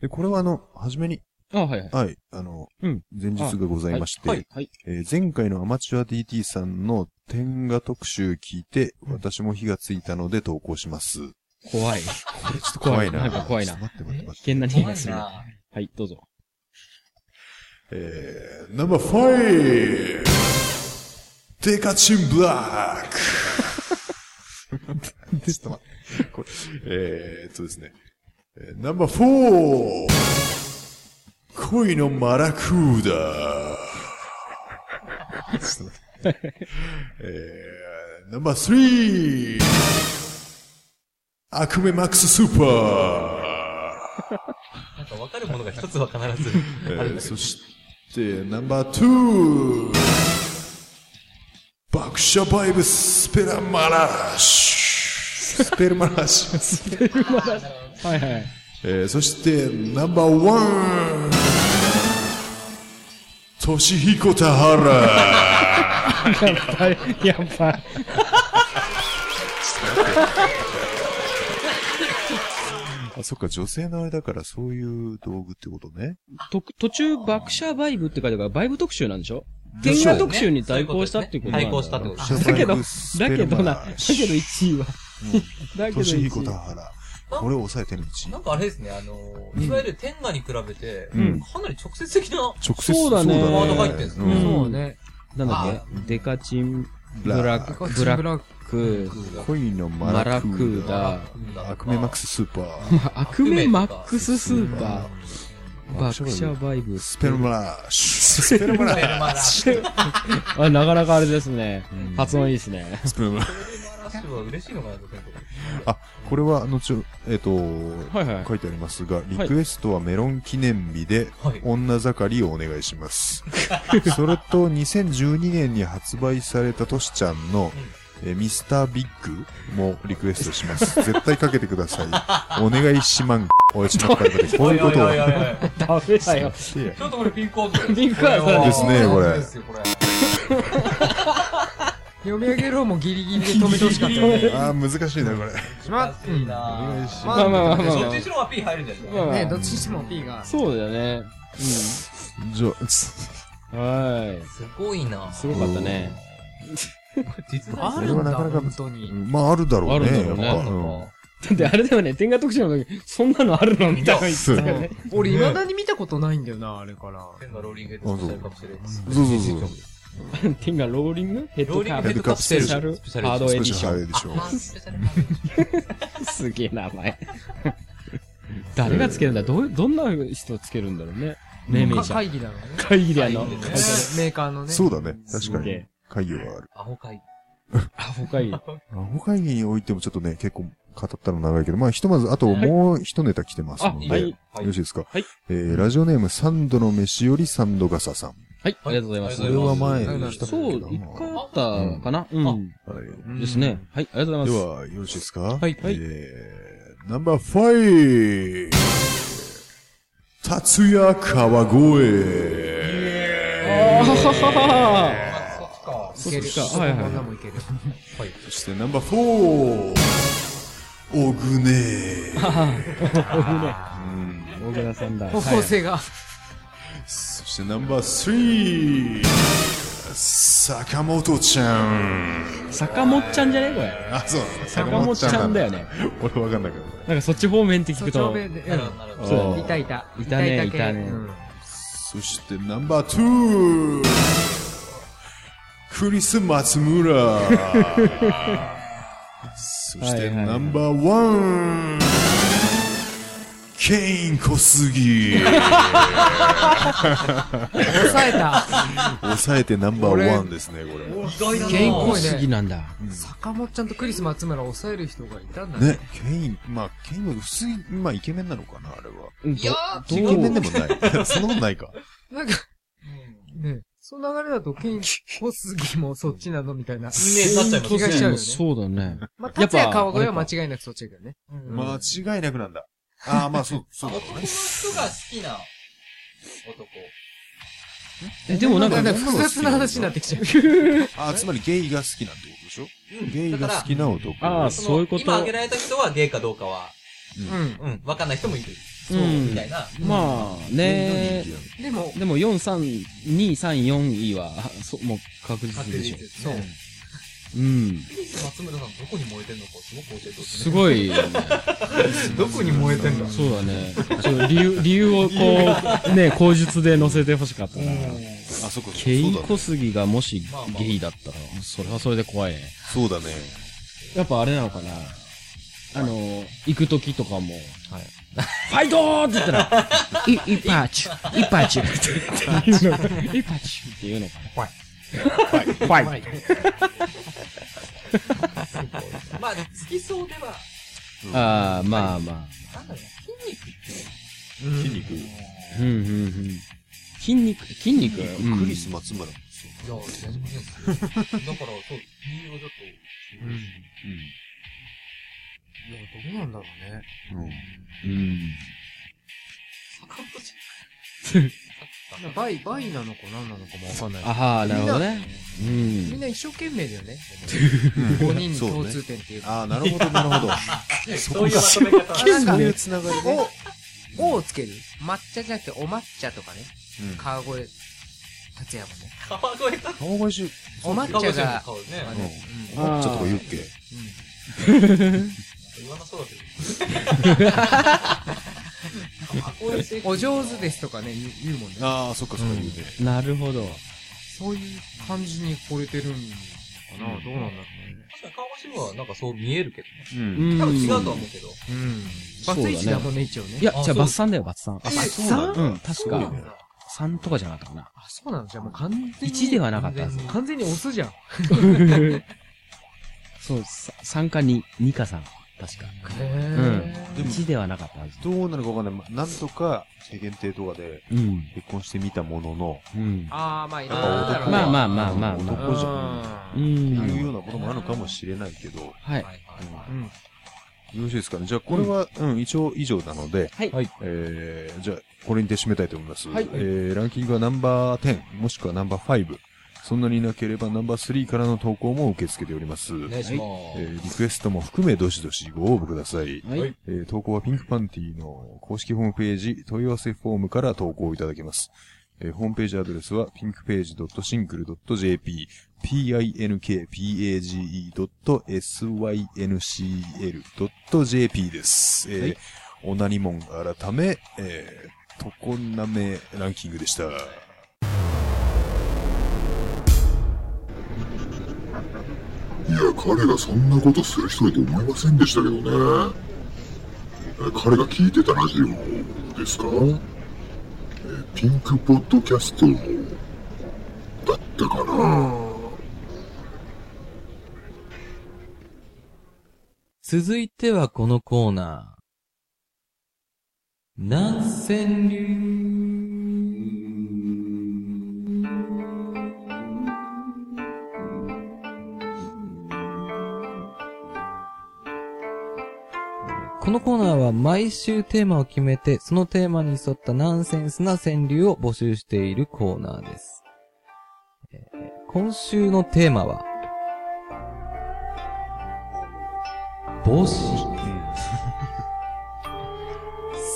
E: で、これはあの、はじめに、
F: あ、はいはい。
E: はい、あの、
F: うん
E: 前日がございまして、
F: はい。はい。
E: えー前回のアマチュア DT さんの点画特集聞いて、私も火がついたので投稿します。こ
F: 怖い。
E: れちょっと怖いな。
F: なんか怖い
E: ち
F: な
E: ょっと待って待って
F: 危
E: 待って。
F: 険な匂い
D: 怖
F: が
D: い
F: する。は、
D: ない
F: どうぞ。
E: えー、ナンバーファイブデカチンブラックちょっと待って。これ、えー、っとですね。えーナンバーフォー恋のマラクーダちょっと待って。えー、ナンバースリーアクメマックススーパー
D: なんか分かるものが一つは必ず
E: [LAUGHS] えー
D: あるんだけ
E: そして、ナンバー2、爆笑バイブスペラマラッシュ。スペルマラッシュ。
F: はい [LAUGHS] はい。
E: [LAUGHS] えーそして、ナンバー1、トシヒコタハラ。
F: やっぱり、やっぱ
E: [LAUGHS] あ、そっか、女性のあれだからそういう道具ってことね。
F: と途中、爆写バイブって書いてあるから、バイブ特集なんでしょ
E: で
F: 天
E: しょう
F: 下特集に対抗したってことなんだ
D: 対抗したってことですね。
F: だけど、だけどな、だけど1位は。だけど
E: トシヒコ
F: 1
E: タ
F: 位。
E: ハラ。これを抑えてるうち。
D: なんかあれですね、あのー、いわゆる天下に比べて、
E: うん
D: かなり直接的な、
E: 直接
F: そうだね
D: ワードが入ってるんですね
E: う
G: そうね。
F: なんだっけデカチン、ブラック、ブ
G: ブ
F: ラ
G: ラ
F: ッ
G: ッ
F: ク、
E: 恋の
F: マ
E: マラ
F: ラ
E: ク
F: ク
E: ー
F: ー
E: ダ
F: ダ。
E: アクメマックススーパー
F: まあアクメマックススーパー、
E: バ
F: バ
E: ク
F: ク
E: シ
F: シ
E: ャ
F: ャバイブ。
E: スペルマラッシュスペルマラッ
D: マラッシュ。
F: あ、なかなかあれですね。発音いいですね。
E: シュスペルマラッシュ
D: マラッシュは嬉しいのかなと思って
E: あ、これは、後ほ、えっ、
F: はいはい
E: と、書いてありますが、リクエストはメロン記念日で
D: はい、
E: 女盛りをお願いします。 [LAUGHS] それと、2012年に発売されたトシちゃんの、えーミスタービッグもリクエストします。絶対かけてください。お願いしまん。おやちまっかりかて、こういうこと
D: い
E: を。
D: やいやいやいや
F: [LAUGHS] ダメだよ。
E: いや
D: ちょっとこれピンクアウト
F: ピンクアウト
D: は
E: ですねこれ
D: ですよこれ。
G: 読み上げろもギリギリで止めてほしかったよね。
E: あー難しいな、これ。
G: しまっ
D: いいな
E: お願いし
G: [LAUGHS]
E: ます。
G: まあ
F: まあまあまあまあ
D: そっちにしろが P 入るんじゃないです
F: ま
D: か
F: あ
D: ね。
G: ね、どっちにしても P が。
F: そうだよね。
E: じゃあ、
F: うん。は。
D: すごいない
F: すごかったね。
D: 実は
G: あ
E: それ
G: る
E: は
G: ん
E: な
G: だ、
E: かなか
G: 本当に。
E: まあ、あるだろうね。
F: あるだろうね
E: やっぱ
F: なん
D: か
E: うん
F: だってあれだよね、天下特集の時、そんなのあるのみたいな言ってたよ
E: い
F: ね。
G: 俺、未だに見たことないんだよな、あれから。
D: 変なローリングヘッドスペシャルカプセル。
E: そうそうそう
F: 天下ローリングヘッ
D: ロー
F: ド
D: リ
F: カ
D: ングヘ
F: ーペ
D: ッ
F: ッ
D: ドカプセル。
F: シャルハードエディ
E: 少し
F: ショ
E: 早
F: ン。
E: いでしょう。
D: あ
F: [LAUGHS]
D: スペシャルカプセル
F: すげえ名前。誰がつけるんだどう、どんな人つけるんだろうね。命名
G: か
F: 者。
G: 会議なのね。
F: 会議であの、
G: ねメーカーのね。
E: そうだね。確か
F: すげ
E: に
F: え。
E: 会議はある。
D: アホかい。
F: アホ会議。
E: アホ会議においてもちょっとね、結構語ったの長いけど、まあひとまず、あともう一ネタ来てますので、
F: あはい
E: よろしいですか。
F: はい
E: えー、ラジオネーム、サンドの飯よりサンドガサさん。
F: はい、ありがとうございます。
E: これは前に来た
F: そ
E: ん
F: う
E: だ、け
F: 一
E: どな
F: 回あったかなうん。
E: はい
G: うん
F: ですね。。はい、ありがとうご
E: で
F: ざいます。
E: は、よろしいですか
D: はいはい
E: えー、ナンバーファイ達也川越。
G: いける。
F: そっちかはいはいはい
G: こんなもんいける。
E: そしてナンバーフォーおぐ [LAUGHS] ね
F: 大倉さんだ。
G: 方向性が。
E: そしてナンバースリー坂本ちゃん。
F: 坂本ちゃんじゃねえこれ。
E: あ、そうなんだ
F: 坂本ちゃんだよね。
E: [LAUGHS] 俺わかんないけど。
F: なんかそっち方面って聞
G: そ
F: く
G: っち方
F: と。
G: 面で。うん
F: そう
G: いたいた。
F: いたね
G: 系
F: いたね
G: うん
E: そしてナンバーツークリス・松
F: [LAUGHS]
E: 村そして
F: はいはいはい
E: ナンバーワンケイン小杉
G: 抑えた。
E: 抑えてナンバーワンですねこれ
G: ケインっぽい
F: 不思
G: ね。
F: 議なんだ。
G: 坂本ちゃんとクリス松村を抑える人がいたんだね。
E: ねケインまあケインは普通にまあイケメンなのかなあれは
F: ど
E: イケ
F: どう
E: メンでもない
F: [LAUGHS]
E: そんなことないか
G: なんか、ね、その流れだとケイン小杉もそっちなのみたいな。
F: ねなっちゃい
G: ますね気がしちゃうよね
F: そうだね。
G: まあ、
F: や
G: 達
F: っぱ
G: 也川越は間違いなくそっちだけどね。
E: 間違いなくなんだああまあそうそうだね
F: え、でもなんか、
E: ね
G: 複雑な話になってきちゃう。
E: あーつまりゲイが好きなんてことでしょゲイが好きな男
F: ああ、そういうこと。
H: 今挙げられた人はゲイかどうかは、
G: うん。
H: うん、わかんない人もいる。
F: うん
H: みたいな。
F: まあね、
G: でも、
F: でも4、3、2、3、4位は、そもう確実でしょ。
H: そう。
F: うん。
H: 松村さんどこに燃えてんのかすごく教えてほしい。
F: すごい、
H: どこに燃えてんだ
F: そうだね。ちょっと理由、理由をこう、ね、口述で載せてほしかったな。
E: あそこ
F: ケイン
E: そうだね
F: 小杉がもしゲイだったら、それはそれで怖いね。
E: そうだね
F: やっぱあれなのかなあの、行く時とかも、ファイトーって言ったら、い、いパーチュ、いパーチュっていパーチュって言うのか
H: まあ、好きそうでは、
F: なああ、ま
H: な
F: あまあ。
H: んだろうね、筋肉
E: 筋肉
F: うんうんうん。筋肉、筋肉うん
E: クリス松村もそ
H: い
E: う
H: や、そうですよだから、そう、理由はちょっ
G: どうなんだろうね。
F: うん。
H: と、坂本ち
G: バイ、バイなのか何なのかもわかんない。
F: あはー、なるほどね。う
G: みん
F: ん。
G: な一生懸命だよね。
E: うん
G: 5人に
E: そうね
G: 共通点っていうか。
E: ああ、なるほど、なるほ
F: [LAUGHS]
E: ど。
H: ゃんそういうまとめ方。
G: あなんか、
E: つながりね。
G: お、おをつける。抹茶じゃなくてお抹茶とかね。
E: うん
G: 川越、達也もね。
H: 川越さん
E: 川越市、
G: お
H: 川
G: 抹茶
H: 越さん
G: が
H: の、顔ね。
G: あ
E: うん
G: の、
E: ちょっとか言うっけ
H: 言わなそうだけど。川越
G: お上手ですとかね、言う言うもんね。
E: ああ、そっかそっか言うね。
F: なるほど。
G: そういう感じに惚れてるんかな、どうなんだろ
H: 川越部はなんかそう見えるけどね。
E: う。
F: うんん。
H: 多分違うとは思うけど。
G: う。うん。
F: そ
G: バツ
F: うだね
G: イチだもんね、一応ね。
F: いや、じゃ
H: あ
F: あ、バッサンだよ、バッサン。あ、
E: そうなんだ
F: うん、確
E: そうなん
F: か。
E: だ
F: 3とかじゃなかったかな。
G: あ、そうなのじゃあもう完全に。
F: 1ではなかったはず。
G: 完全に押すじゃん。
F: そう、さ3か2、2か3。確か。
G: へ
E: でも
F: 1ではなかったはず。
E: どうなるかわかんない。なんとか、世間体とかで
F: うん。
E: 結婚してみたものの、
F: うん。
G: あー、まあ、いろいろ
E: やっ
G: だ
E: ぱ男
G: ろうね
F: まあまあまあまあまあ。
E: 男じゃ。
F: うん。
E: っていうんようなこともあるかもしれないけど、よ
F: はい。
G: うん。
E: ろしいですかね。じゃあ、これは、うん、一応以上なので、
F: はい。
E: えー、じゃあ、これにて締めたいと思います。
F: はい
E: えー、ランキングはナンバー10、もしくはナンバー5。そんなになければナンバー3からの投稿も受け付けております。
H: お願いしま
E: えーリクエストも含めどしどしご応募ください。
F: はい。
E: えー投稿はピンクパンティの公式ホームページ問い合わせフォームから投稿いただけます。えーホームページアドレスは pinkpage.single.jp pinkpage.syncl.jp です。えー
F: はい
E: オナニモン改め、えー、トコナメランキングでした。
A: いや彼がそんなことする人だと思いませんでしたけどねえ彼が聞いてたラジオですか、えピンクポッドキャストだったかな、
D: 続いてはこのコーナー。南千流。このコーナーは毎週テーマを決めて、そのテーマに沿ったナンセンスな川柳を募集しているコーナーです。えー今週のテーマは、帽子。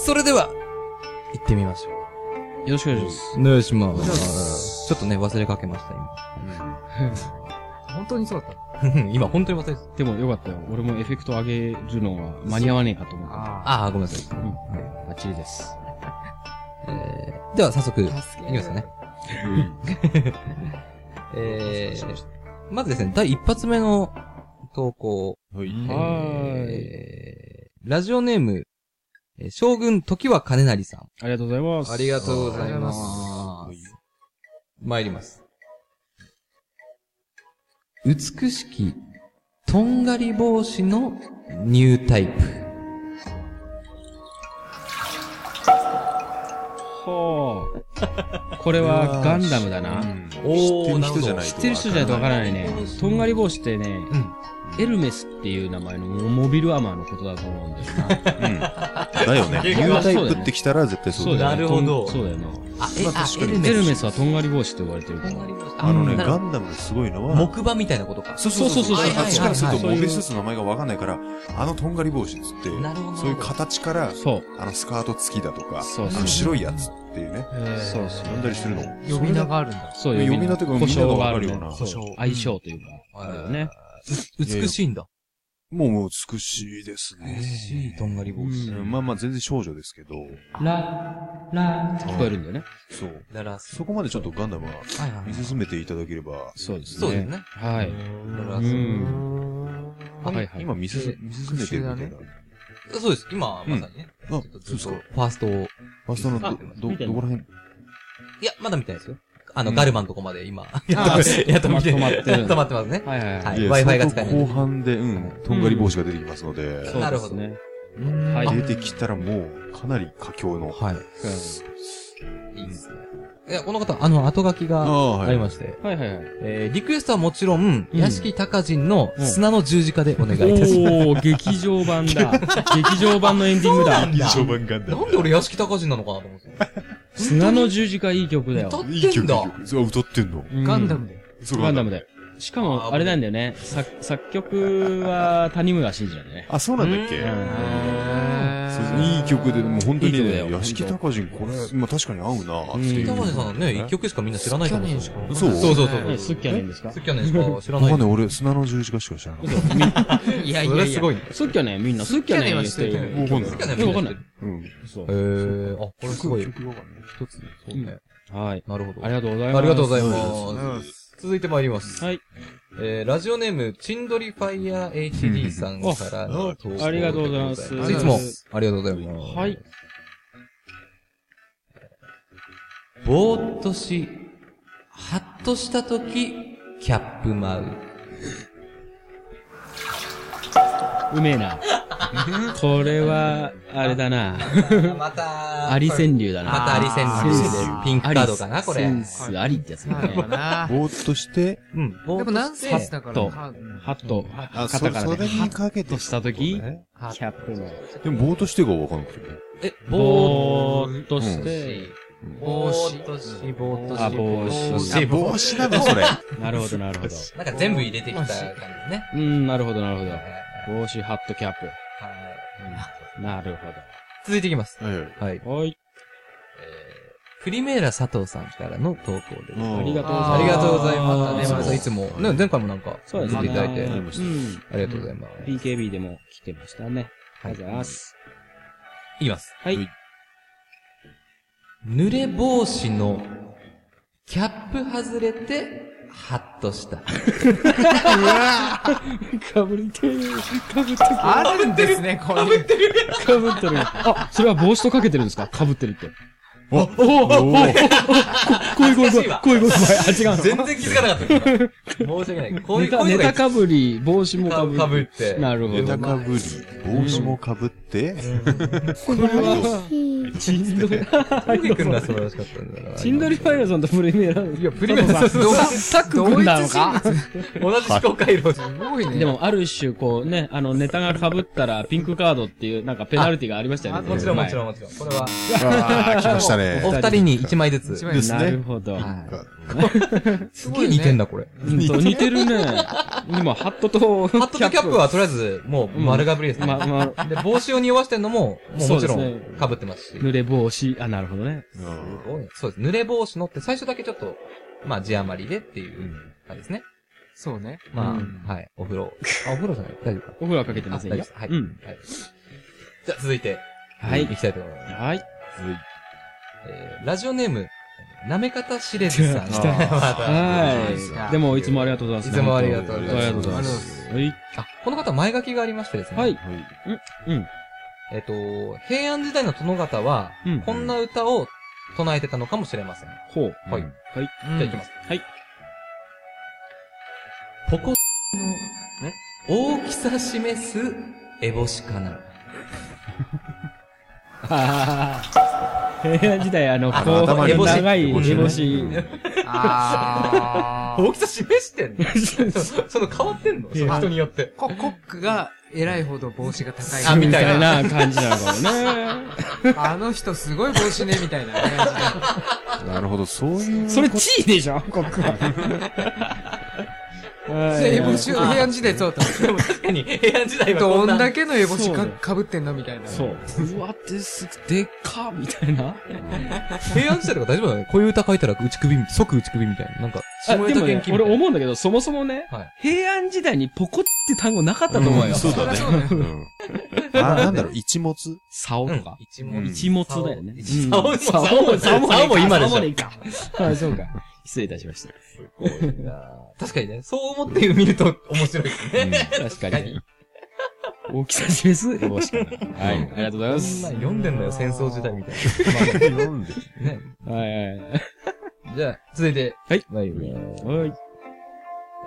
D: それでは、行ってみましょ
F: よろしくお願いします。
D: う。お願いします。ちょっとね、忘れかけました、
G: 本当にそうだった。
D: 今。 [LAUGHS] 今、本当に忘れてた。
F: でもよかったよ。俺もエフェクト上げるのは間に合わねえかと思った。
G: あ
D: ああ、ごめんなさい。
F: バッチリです。
D: [LAUGHS] えー、では、早速、いきますね。えー、まずですね、第一発目の投稿。
E: はい。
F: はい。
D: えー、ラジオネーム、えー将軍時は金成さん。
F: ありがとうございます。
D: ありがとうご。
G: ざいます
D: 参ります。美しき、とんがり帽子のニュータイプ。
F: ほう。これはガンダムだな。
E: おー、知ってる人じゃないと。
F: 知ってる人じゃわからないね。とんがり帽子ってね、
D: ん
F: エルメスっていう名前のモビルアーマーのことだと思うんだよな。
E: だよね。ニュータイプってきたら絶対そうだ
D: な
E: よね。
D: るほど
F: とんそうだよな。
D: あ、え、あ、エ
F: エルメスはとんがり帽子って言われてるか
D: と
F: ら
D: ん。がり帽子。
E: あのね、
D: なる
E: ガ
D: ほど
E: ンダムですごいのは、
D: 木馬みたいなことか。
E: そうそうそうそう
D: はいはいはい
E: あっちからすると、
F: は
E: モ
F: い
E: ビルスーツの名前がわかんないから、あのとんがり帽子っつって
D: なるほど、
E: そういう形から、
F: そう。
E: あのスカート付きだとか、
F: そう
E: あ
F: そう
E: の白いやつっていうね、
G: あ。
F: そうそう。
E: 呼んだりするの。
G: 呼び名があるんだ。
F: そう、
E: 呼び名というか
F: 呼び名
E: みんなが
F: 呼び名
E: わか
F: あ
E: る
F: る
E: よ
F: よ
E: うな
F: な。そう相性というか。あれだよね。
D: う美しいんだ。
E: もうもう美しいです
D: 美
E: ね。
D: しいとんがり帽子。
E: うんまあまあ全然少女ですけど、
F: ラ、ラ、聞こえるんだよね。
E: そう。
D: だらす
E: そこまでちょっとガンダムは
D: はいはい
E: 見進めていただければ、
F: そうですね。
D: そうですね
F: はい。
D: だら
F: う
D: す
F: ん。はいはい。
E: 今見進見進めてるみたいな。
D: そうです。今、まさにね。
E: あ、
D: ちょっと
E: そうですか。
D: ファーストを。い
E: ファーストのど
F: あ、
E: ど、ど
F: 見てんの
E: こら辺
D: や、まだ見たいですよ。あの、ガルマンとこまで今。
F: あ
D: [LAUGHS] やっと見て
F: 止まってる
D: 止まってますね。
F: はいはい
D: は
F: はいい。
E: え
D: Wi-Fi が使えない
E: 相当後半で、うん、とんがり帽子が出てきますので、
F: そう
D: なる
F: で
D: ほ
F: す
D: ど
F: ね。
G: は
F: はい
E: 出てきたらもう、かなり佳境の。
D: はい。
F: う
D: いいですね。いや、この方、あの、後書き
E: あ
D: が
E: ー
D: ありまして、
F: んはいはいはい。
D: えー、リクエストはもちろん、
F: うん
D: 屋敷隆人の
F: うん
D: 砂の十字架でお願いいたしま
F: おー、劇場版だ。 [LAUGHS] 劇場版のエンディングだ。
E: 一応版ガン
D: す。
E: ダム
D: なんで俺屋敷隆人なのかなと思って。
F: 砂の十字架いい曲だよ。
D: 歌っ
E: いい
D: て
E: 曲、い
D: ん
E: い
D: だ。
E: 曲。そう、歌ってんの。
F: うん
G: ガンダム。で。
E: そう、
F: ガンダムだよ。しかも、あれなんだよね。作、作曲は谷村新司なんだね。
E: あ、そうなんだっけそういい曲で、もう本当に
F: いい曲だよ
E: ね、屋敷隆人、これ、まあ確かに合うなっていう。
D: 隆人さんのね、一曲しかみんな知らないかもしれない。
E: そう
D: そうそうそう。
F: え、スッキャネンですか
D: 好きやねんしか知ら
E: わ
D: な
E: かん
D: い。
E: ない、俺、砂の十字架しか知らない。
G: いやい
D: そ
G: や
D: れ
G: い
D: す
G: や。
D: ごいね。
F: スッキャネンみんな、スッキャネンは知ってるよ。
E: わかんない
D: 好き。やね
F: えわかんない。
E: うん。
F: そう
D: え。ー、あ、これすごい。一
E: 曲わかんない。
D: つ、そうね。
F: はい。
D: なるほど。
F: ありがとうございます。
D: ありがとうござい
F: ま
D: ます。続いて参ります。
F: はい。
D: えー、ラジオネーム、チンドリファイヤー HD さんからの投稿
F: ありがとうございます
D: いつも、ありがとうございます。
F: はい。
D: ぼーっとし、はっとしたとき、キャップ舞う。
F: [LAUGHS] うめえな。これは、あれだな。
D: また
F: アリ川柳だな。
D: またアリ川柳ですピンクカードかなこれ
F: センスありってやつだ
G: なんか
E: [LAUGHS]
F: ね。
G: な
E: ぼーっとして、
D: うん。
G: でも何センスだから
F: ハット
G: か。
F: ハット、
E: あ、
F: カ
E: そ
F: タ
E: れ
F: カナで、ハ
E: に
F: ッ
E: かけ
F: と
E: て。
F: したとき、
D: は
F: キャップの。
E: でも、ぼーっとしてがわかんなくて。
D: え、
F: ぼ
D: ー
F: ーっとして、
D: ぼーっとし、ぼーっとし。
F: あぼーっとし
D: あぼーっ
E: 帽子なの、それ。
F: なるほど、なるほど。
D: なんか全部入れてきた感じね。
F: うん、なるほど、なるほ
D: はいはい
F: ど。帽子、ハット、キャップ。
D: はい
F: なる
D: 続いていきます。
E: はい。
D: はい。
F: ほど。はい。
D: フリメーラ佐藤さんからの投稿です。
F: ありがとうございます。
D: ありがとうござい
G: あ
D: ま
G: り
D: す。ま
G: がとうご
D: た
G: ざい
D: いつも、ね、前回もなんか、
F: そうです
D: 送っ
F: ね。
D: ていただいて、
F: うん。
D: ありがとうございます。
F: PKB でも来てましたね。ありがとうございます。
D: いきます。
F: はい。
D: 濡れ帽子の、キャップ外れて、
I: はっとした。
F: かぶりてる。かぶってる。
G: あるんですね、これ。
F: かぶってる。あ、それは帽子とかけてるんですかかぶってるって。
E: お
F: おおおおお怖い怖い怖い。怖い怖
D: 全
F: い怖い。あ、違う。
D: 然気づかなかった。
I: 申し訳ない。こうい
F: ネ
I: う、
F: タ
I: こういう
F: ネ
I: のが
F: タかぶり、帽子もかぶり。
D: かぶって
F: なるほ
E: ネタ
F: ど。
E: かぶり、帽子もかぶって、
F: これは、
B: しい。
F: チンドリ、
D: 出てくんが素晴らしかったんだな。
F: チンドリファイナさんとプレミアム。いや、プレ
G: さん
F: ミ [LAUGHS]
G: 同
F: タッグ組んだのか
D: 同じ思考回路。 [LAUGHS]
G: すごいね。
F: で、も、ある種、こうね、あの、ネタが被ったら、ピンクカードっていう、なんかペナルティがありましたよ
G: あ
F: ね。
D: もちろんも
F: 前
D: ちろんもちろん。これは。
E: ああ、来ましたね
F: お。
I: お二人に一枚ず
G: 一
I: つ。
G: 枚
E: ですね
F: なるほど。
G: す
D: す
G: ご
D: げえ
G: い
D: 似てん
G: ね。
D: だ、これ。
F: うんと似て
D: [LAUGHS]
F: るね。今、ハットと、
D: ハットとキャップはとりあえず、もう丸がぶりですね。
F: ま、ま、
D: で、帽子を匂わしてんのも、もうもちろ
F: そうんです
D: 被ってますし。
F: 濡れ帽子。あ、なるほどね。
E: うん
D: そうです。濡れ帽子のって最初だけちょっと、まあ字余りでっていう感じですね。
G: そうね。
D: まあ、
F: うん
D: はい。お風
F: [LAUGHS]
D: 呂。あ、お風呂じゃない大丈夫か。
F: お風呂はかけてません
D: あ大丈
F: よ
D: 夫です。はい。
F: うん。
D: はいじゃあ続いて、
F: はい
D: 行きたいと思います。
F: はい。
D: えーラジオネーム、なめ方しれずさん。
F: [LAUGHS] 来
E: た
D: ま
F: はい。でも、いつもありがとうございます。
D: いつもありがとう
F: あ
D: ご
F: り
D: ざい
F: が
D: ます
F: とうございます。はい。
D: たあ、この方前書きがありましてですね。
F: はい。
D: えっ、と、平安時代の殿方は、
F: うん。
D: こんな歌を唱えてたのかもしれません。じ
F: ほう。
D: はい
F: はい。
D: ゃあ行きます。
F: はい。
D: ポコの、大きさ示す、エボシかな。
F: 平安時代、あの、こ
E: の頭
F: う、
D: にね
F: 長い
E: 烏帽子ね
F: 烏帽子。
G: あー。
D: 大きさ示してんのそその変わってんのその人によって。
G: ココックが偉いほど帽子が高
D: [LAUGHS]
G: い。
D: あみ
F: み
D: たい
F: たいな感じなのかもね。
G: あの人すごい帽子ね、みたいなね。
E: なるほど、そういう。
F: それ地位でしょコックは。
G: で、エボシ、平安時代そうだった
D: でも確かに平安時代はこ
G: ど
D: ん
G: ん
D: な
G: だけのエボシ
F: そうだ
G: か
F: よ
G: かぶってんのみたいな。
F: そう。うわ、です、でっかみたいな。
D: 平安時代とか大丈夫だね。こういう歌書いたら打ち首、即打ち首みたいな。なんか、
F: あ、
D: 下ネ
F: でも
D: タ
F: ね
D: 研、
F: 俺
D: 究
F: 思うんだけど、そもそもね
D: はい、
F: 平安時代にポコって単語なかったと思うよ。
E: そうだね
G: そりゃそうだよ。
E: うんあ、なんだろう、一物
F: 竿とか。
D: 一文
F: 一物だよね。うん
D: 竿も竿も
F: 竿も
D: 竿も今でしょ
F: 竿もいいか。あ、そうか。失礼いたしました。
D: 確かにね、そう思って見ると面白いですね。
F: 確かに。大きさ示す帽子かな。はい。ありがとうございま
D: そんな
F: す。
D: ん読んでんのよ、戦争時代みたい
E: 読んで。
D: な。ね。
F: はいはい。
D: じゃあ、続いて。
F: はい。
D: 参ります
F: はい。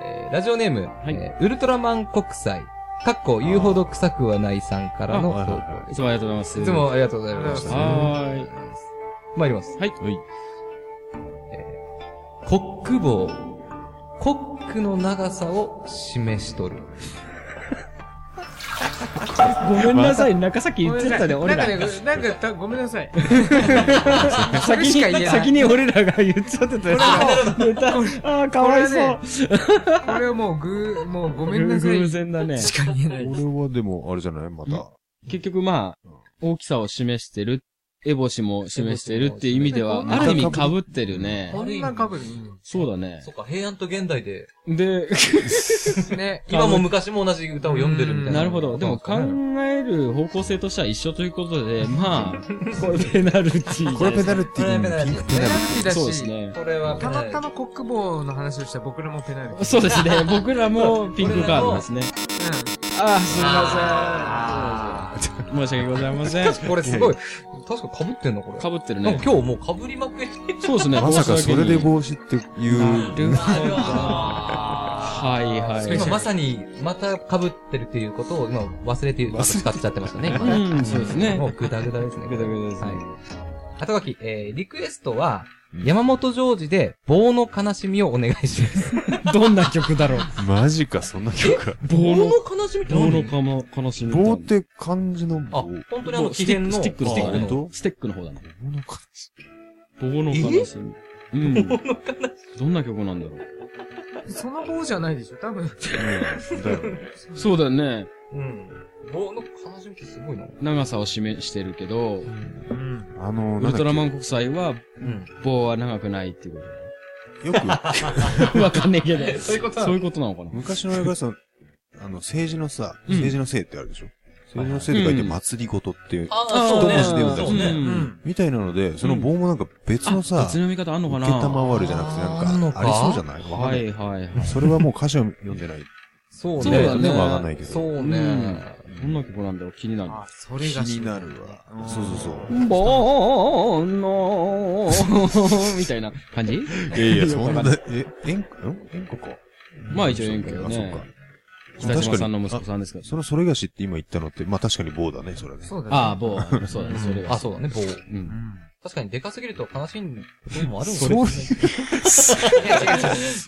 D: えーラジオネーム、
F: い
D: えーウルトラマン国際、かっこ言うほど臭くはないさんからの
E: あはい
D: 投
E: はい
D: 稿
F: いつもありがとうございます。
D: いつ。もありがとうございました。
F: は
D: 参ります。
F: ーい。はい。
D: コック帽。コックの長さを示しとる。
F: ごめんなさい、中崎言
G: ごめ
F: って
G: んな
F: た
G: さい
F: ね、俺ら。
G: なんかね、なんかた、ごめんなさい。そ
F: 先
G: れしか言え
F: に、
G: ない。
F: 先に俺らが言っちゃってたやつ。 [LAUGHS] ああ、かわい
G: これ
F: そう
G: は。これはもうぐー、もうごめんなさい。
F: 偶然だね。
G: しか言えない。
E: 俺はでも、あれじゃないまた。
F: 結局まあ、大きさを示してる、エボシも示してるっていう意味では、
G: エ
F: あ
G: ボ
F: る
G: シ
F: 意
G: も
F: 味被ってるね。
G: こんなかぶる。
F: そうだね。
D: そっか、平安と現代で、
F: で、
G: ね。
D: 今も昔も同じ歌を読んでるみたいな。
F: なるほど。でも考える方向性としては一緒ということで、まあ、これペナルティー。
E: これペナル
D: こ
E: ティ
D: れペナルティー
E: ー。ピンクペ
G: ペナ
E: ナ
G: ル
E: ル
G: テ
E: テ
G: ィだ
F: そうです
G: し、
F: ね。
D: これは、
G: たまたまコック帽の話をしたら僕らもペナルティ。
F: そうですね。僕らもピンクカードですね。ああ、すみません。申し訳ございません。
D: これすごい。確か被ってんのこれ。
F: かぶってる
D: なん
F: ね
D: か。今日もう被りまくり。
F: そうですね。
E: ィー。まさかそれで
F: 帽
E: 帽子ってい
F: 子だけに
E: う。
F: なるほど。
D: は
F: はいはい。
D: 今まさに、また被ってるっていうことを今忘れて、使っちゃってましたね、今 [LAUGHS] ね。
F: うん、そうですね
D: も。うグダグダですね。
F: グダグダですね
D: はい。後書き、えー、リクエストは、山本ジョージで、棒の悲しみをお願いします。
F: どんな曲だろう。
E: マジか、そんな曲か。
F: 棒の、
D: 悲しみっ
F: 棒のかも、悲しみ。
E: 棒って漢字の
D: あ、
E: 棒。
D: 本当にあの、
F: ス
D: 起
F: テッ
D: 点
F: ク、
D: の。
F: スティック
E: の
F: スティッ
E: あ
F: ク
E: 本
F: の。ステックの方だな。
E: 棒の形
F: 棒の悲しみ。うん。どんな曲なんだろう。
G: うん。その棒じゃないでしょ、多分。
E: うんだよね。
F: そうだよね。
D: うん。棒の悲しみってすごいな。
F: 長さを示してるけど、
G: うん。
E: あの、
F: ウルトラマ
E: ン。
F: ン国際は
D: うん。
F: 棒は長くないっていうこ
E: よく、
F: と。わかんねえけど。
D: そういうことな
F: そ
D: の
F: ういうことなのかな。
E: 昔の映画さ、あの、政治のさ、
F: うん
E: 政治のせいってあるでしょ青年のせいで書いて祭りごとって、
D: ああ、そうね。
E: 一文字で
D: そ
E: も出
D: う
E: すね
D: ね。
G: ん。
E: みたいなので、その棒もなんか別のさ、
F: 別の読み方あんのか
E: 受
F: な
E: けたまわるじゃなくて
D: あーあん
E: なん
D: のか
E: かありそうじゃないわかん
F: は
E: ない
F: いはいはい。
E: それはもう歌詞を読んでない。
D: そうね。
F: そうだね
E: わかんないけど
D: そう
F: う
D: ね
F: ん。どんな曲なんだろう気になる。
G: あ、それが
E: なるわ。そうそうそう。
F: ボーのーみたいな感じ
E: いやいや、そんな、え、演歌、ん演歌か。
F: まあ一応演歌よね
E: あ、そっか。
F: 北島さんの息子さんですから。
E: そのそれがしって今言ったのって、まあ確かに棒だね、それね。
G: そうだね。
F: ああ、ボー。そうだね、それが。
D: あ、そうだね、棒。
F: うん。
D: 確かに、でかすぎると悲しいこともあるん
E: そう
D: です [LAUGHS] ね。いや、違う違う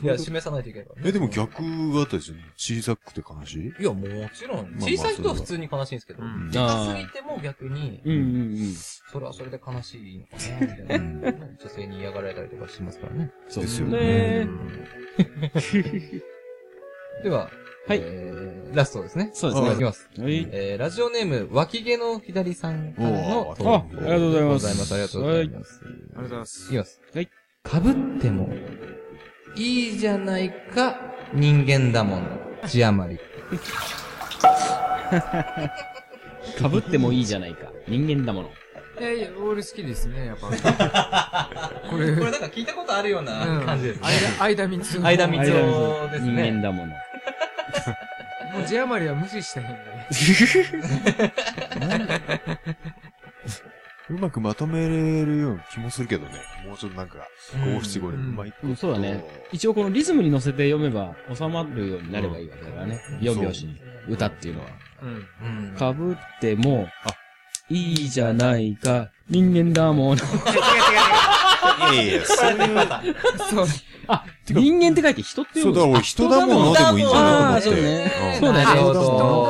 D: いや、示さないといけないからね。
E: え、でも逆があったりするの小さくて悲しい
D: いや、もちろん。
E: まあ
D: 小さい人は普通に悲しいんですけど、
G: うん
D: でかすぎても逆に、
F: うんうんうん。
D: それはそれで悲しいのかな、みたい
F: [LAUGHS]
D: な。女性に嫌がられたりとかしますからね。
E: そうですよ
F: ね
D: では、
F: はい
D: えーラストですね。
F: そうですね
D: いきます。
F: はい。
D: えー、ラジオネーム、脇毛の左さんからの
E: お
D: 投
E: ー
D: 稿
F: あ、ありがとうござい
D: でご
F: ま
D: ざいます。
F: す。
D: ありがとうございます。
G: ありがとうございます。
D: いきます。
F: はい。
D: かぶっても、いいじゃないか、人間だもの。字余り。
F: かぶってもいいじゃないか。人間だもの。
G: いやいや、俺好きですね、やっぱ。
E: [LAUGHS]
G: これ、うん。
D: なんか聞いたことあるよう
G: 間、間三つ。
D: 間三
G: 三
D: つそうですね
F: 人間だもの。
G: もう字余りは無視したいんだね。
E: うまくまとめれるような気もするけどね。もうちょっとなんか、
D: うん
E: 五七五で、う
G: うん
E: まいこと
F: うん、そうだね。一応このリズムに乗せて読めば収まるようになればいいわけだからね。4拍子に。歌っていうのは。
G: うん。
D: うん。
F: かぶっても、いいじゃないか。人間だもの。
E: いやいや、そういう、
G: そう。
F: あ、人間って書いて人って
E: そ
F: 読
E: う、だから
F: むの
E: 俺人だものでもいいんじゃないかと思って。
F: ーそうだね
D: なるほど
E: 人だ
G: もん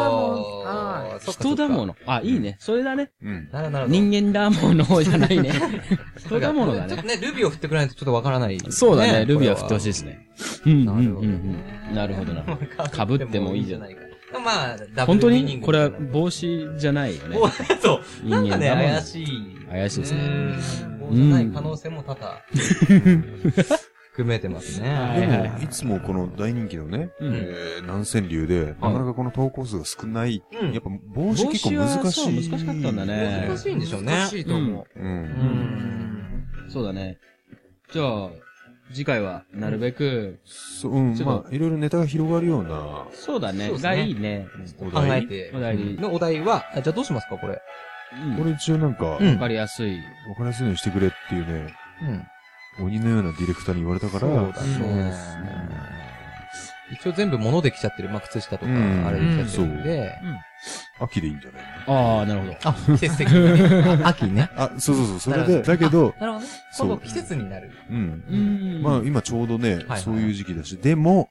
G: あー
D: そっかそっ
F: 人
D: か
F: だもの。あ、いいね。それだね。
E: うん。
D: なるほどなるほど。
F: 人間だものじゃないね。人だものだ
D: ちょっと
F: ね。
D: ね、ルビーを振ってくれないとちょっとわからない。
F: そうだね。ルビーは振ってほしい
D: い。
F: ですね。うん
D: な
F: う
D: る
F: ん
D: ほ
F: う
D: ど
F: んうん。なるほどな。かぶってもいいじゃない
D: か。まあ、ダブ
F: 本
D: ル
F: 当
D: ミーニン
F: に
D: グ
F: これは帽子じゃないよね。
D: おそう。
F: 人
D: なんか
F: 間
D: ね、
F: だもの
D: 怪。しい。
F: 怪しいです
D: う
F: ね。
D: ーんこうじゃない可能性も多々、含めてます
F: は
D: ね。
E: で
F: い
E: も、いつもこの大人気のね、え
F: うん
E: ー南川流で、なかなかこの投稿数が少ない。
D: うん
E: やっぱ帽子結構難しい。
F: 帽子はそう難しかったんだね
D: 難しいんでしょうね
G: 難。しいと思う。
E: う。
D: うんん。
F: そうだね。じゃあ、次回は、なるべく、
E: そう、うん。
F: ちょっと
E: まあ、いろいろネタが広がるような
F: そうだね。
D: そうですね
F: がいいね。
E: お
D: 考え
E: 題。
D: て
F: お。題に、
D: のお題は、あじゃあどうしますか、これ。
F: うん
E: これ一応なんか、わ
D: う
E: か
D: ん
F: わかりやすい。
E: りやすいようにしてくれっていうね、
D: うん。
E: 鬼のようなディレクターに言われたから、
G: そう
D: ですね。一応全部物で来ちゃってる。まあ、靴下とか、
E: うん
D: あれで来ちゃってるんで。
E: 秋でいいんじゃない
F: ああ、なるほど。
D: あ、季節的にね。あ秋ね。
E: あ、そうそうそう、それ
D: なるほ
E: で、
D: ど
E: だけど、
D: なるほどね。
E: そ
D: 今
E: う
D: 度季節になる。
E: うん。
F: うん
E: まあ、今ちょうどね、
D: はい
E: そういう時期だし、でも、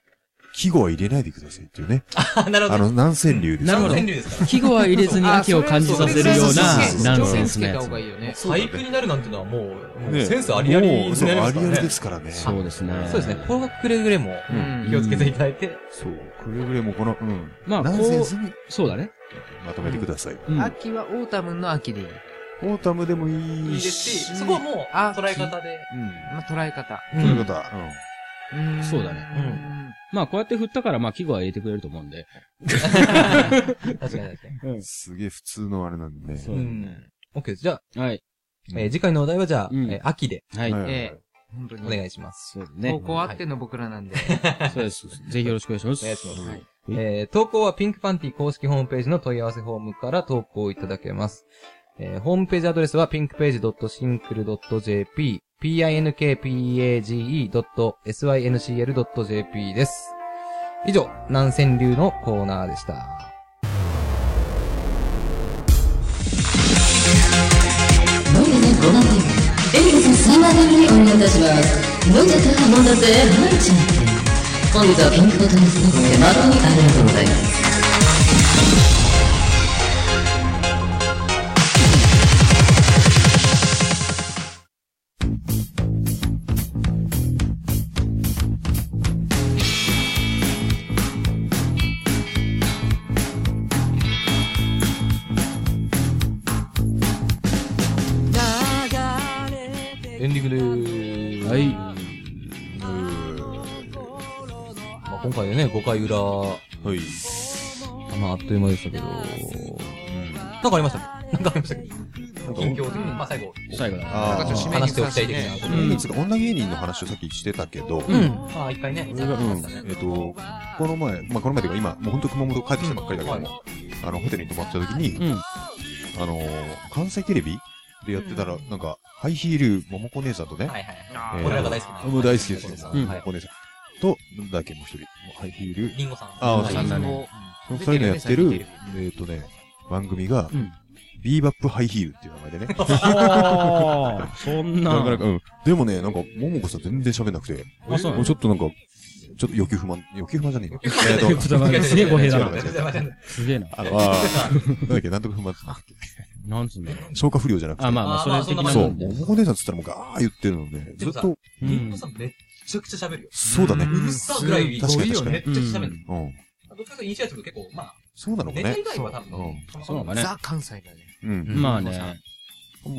E: 季語は入れないでくださいっていうね。
D: あ、なる
E: あの、南川流です
F: なるほど
D: 川柳ですから。
F: 季語は入れずに秋を感じさせるような、ナンセンスなやつ。
D: 俳句になるなんてのはもう、もう
E: ね
D: センスありあり
E: もう
D: に
E: そう、
D: なりま
E: あ
D: す
E: り
D: から
E: ありで
D: ね。
E: すからね。そ。
F: そううですね。
D: そうですね。これはくれぐれも
G: うん
D: 気をつけていただいて。
E: くれぐれもこの、うん。
F: まあ、こ
E: 南川流
F: う、
E: に
F: そうだね。
E: まとめてください。
F: うん
G: 秋はオータムの秋でいい。
E: オータムでも
D: い
E: い
D: い
E: い
D: です
E: し、
D: し、そこはもう
G: あ
D: 捉え方で。
E: うん。
G: まあ、捉え方。
E: そういうことは、
G: うん
F: そうだね。
G: うん。
F: まあ、こうやって振ったから、まあ、季語は入れてくれると思うんで。
D: 確かに確かに。。
E: うん。すげえ普通のあれなんでね。
F: そううん
D: OK です。じゃあ、
F: はい。
E: うん
D: えー次回のお題はじゃあ、
F: うん
D: えー秋で
F: はい。
E: はい
G: ええ、本当に。
D: お願いします。
F: そうです
G: 高
F: ね。
G: 校あっての僕らなんで。
F: そうです。ぜひよろしくお願いします。
D: お願いします
F: はい
D: えー投稿はピンクパンティ公式ホームページの問い合わせフォームから投稿いただけます。えーホームページアドレスは pinkpage.syncl.jp、pinkpage.syncl.jp です。以上、南川流のコーナーでした。
J: 飲んでない飲んでエミコさん3番組にお願いいたします飲んじゃった飲んだぜはいちゃって本日はピンクボトルスミス誠にありがとうございます
D: エンディングでーす。
F: はい。
D: まあ、今回でね、5回裏、
E: はい。
D: まあ、あっという間でしたけど、
E: う
D: なんかありましたなんかありましたっけなんか音響的に、まあ最後、
F: 最後だな。
E: あ
G: なんかちょっと締
E: ー
G: め
D: 話しておきたい的な。
E: うんうんつうか女芸人の話をさっきしてたけど、
D: うん。まあ一回ね。
E: うん、えっと、この前、まあ、この前というか今、もう本当熊本帰ってきたばっかりだけども、あの、ホテルに泊まった時に、
F: うん [LAUGHS]
E: あのー関西テレビでやってたら、なんか、ハイヒール、桃子姉さんとね、
D: はいはい
E: え
D: はい。
E: ー
D: 俺らが大好きな。
E: もう大好きですよ、
D: は
E: う
D: い
E: ん桃子姉さん。と、なんだっけ、もう一人、もうハイヒール、
D: リンゴさん。
E: あー
D: はい
E: そう
D: リ
E: だ
D: ン
E: ね
D: ゴ
E: その二人のやってる、
G: 出てるね
E: えっとね、番組が、
F: うん
E: ビーバップハイヒールっていう名前でね、
F: あーそんな。
E: なかなか、うん。でもね、なんか、桃子さん全然喋んなくて、
F: あ、そうな
E: も
F: の
E: うちょっとなんか、ちょっと欲求不満、欲求不満じゃねえよ。えー
F: 言ってたなすげえ語弊だな。
E: 違う違う違う
F: すげえな。
E: あの、あーなんだっけ、なんとか不満って言うんだっけ
F: なんつうんだろう。
E: 消化不良じゃなくて。
F: あ、まあまあ、
D: あ
F: そ
D: まあ
F: れ的
D: そんな
F: な
E: そ
F: も
E: う。
F: んで。
E: もうお姉さんっつったらもうガー言ってるの
D: で
E: ね。ずっ
D: もさ
E: と。
F: う
D: リン
F: ん
D: ゴさんめっちゃくちゃ喋るよ。
E: そうだね。
D: うるさぐらい、
E: 確かに
G: すごいよ
D: めっ。
E: 確かに
D: ちゃくちゃ喋る。
E: う
D: どっ
E: ん。
D: ちかというとイニシアチブ結構、まあ、
E: そうなのか
D: ネタ
E: ね
D: 以。外は多分、
F: そうなのかね。
G: ザ関西だね。
E: うん。
F: まあね。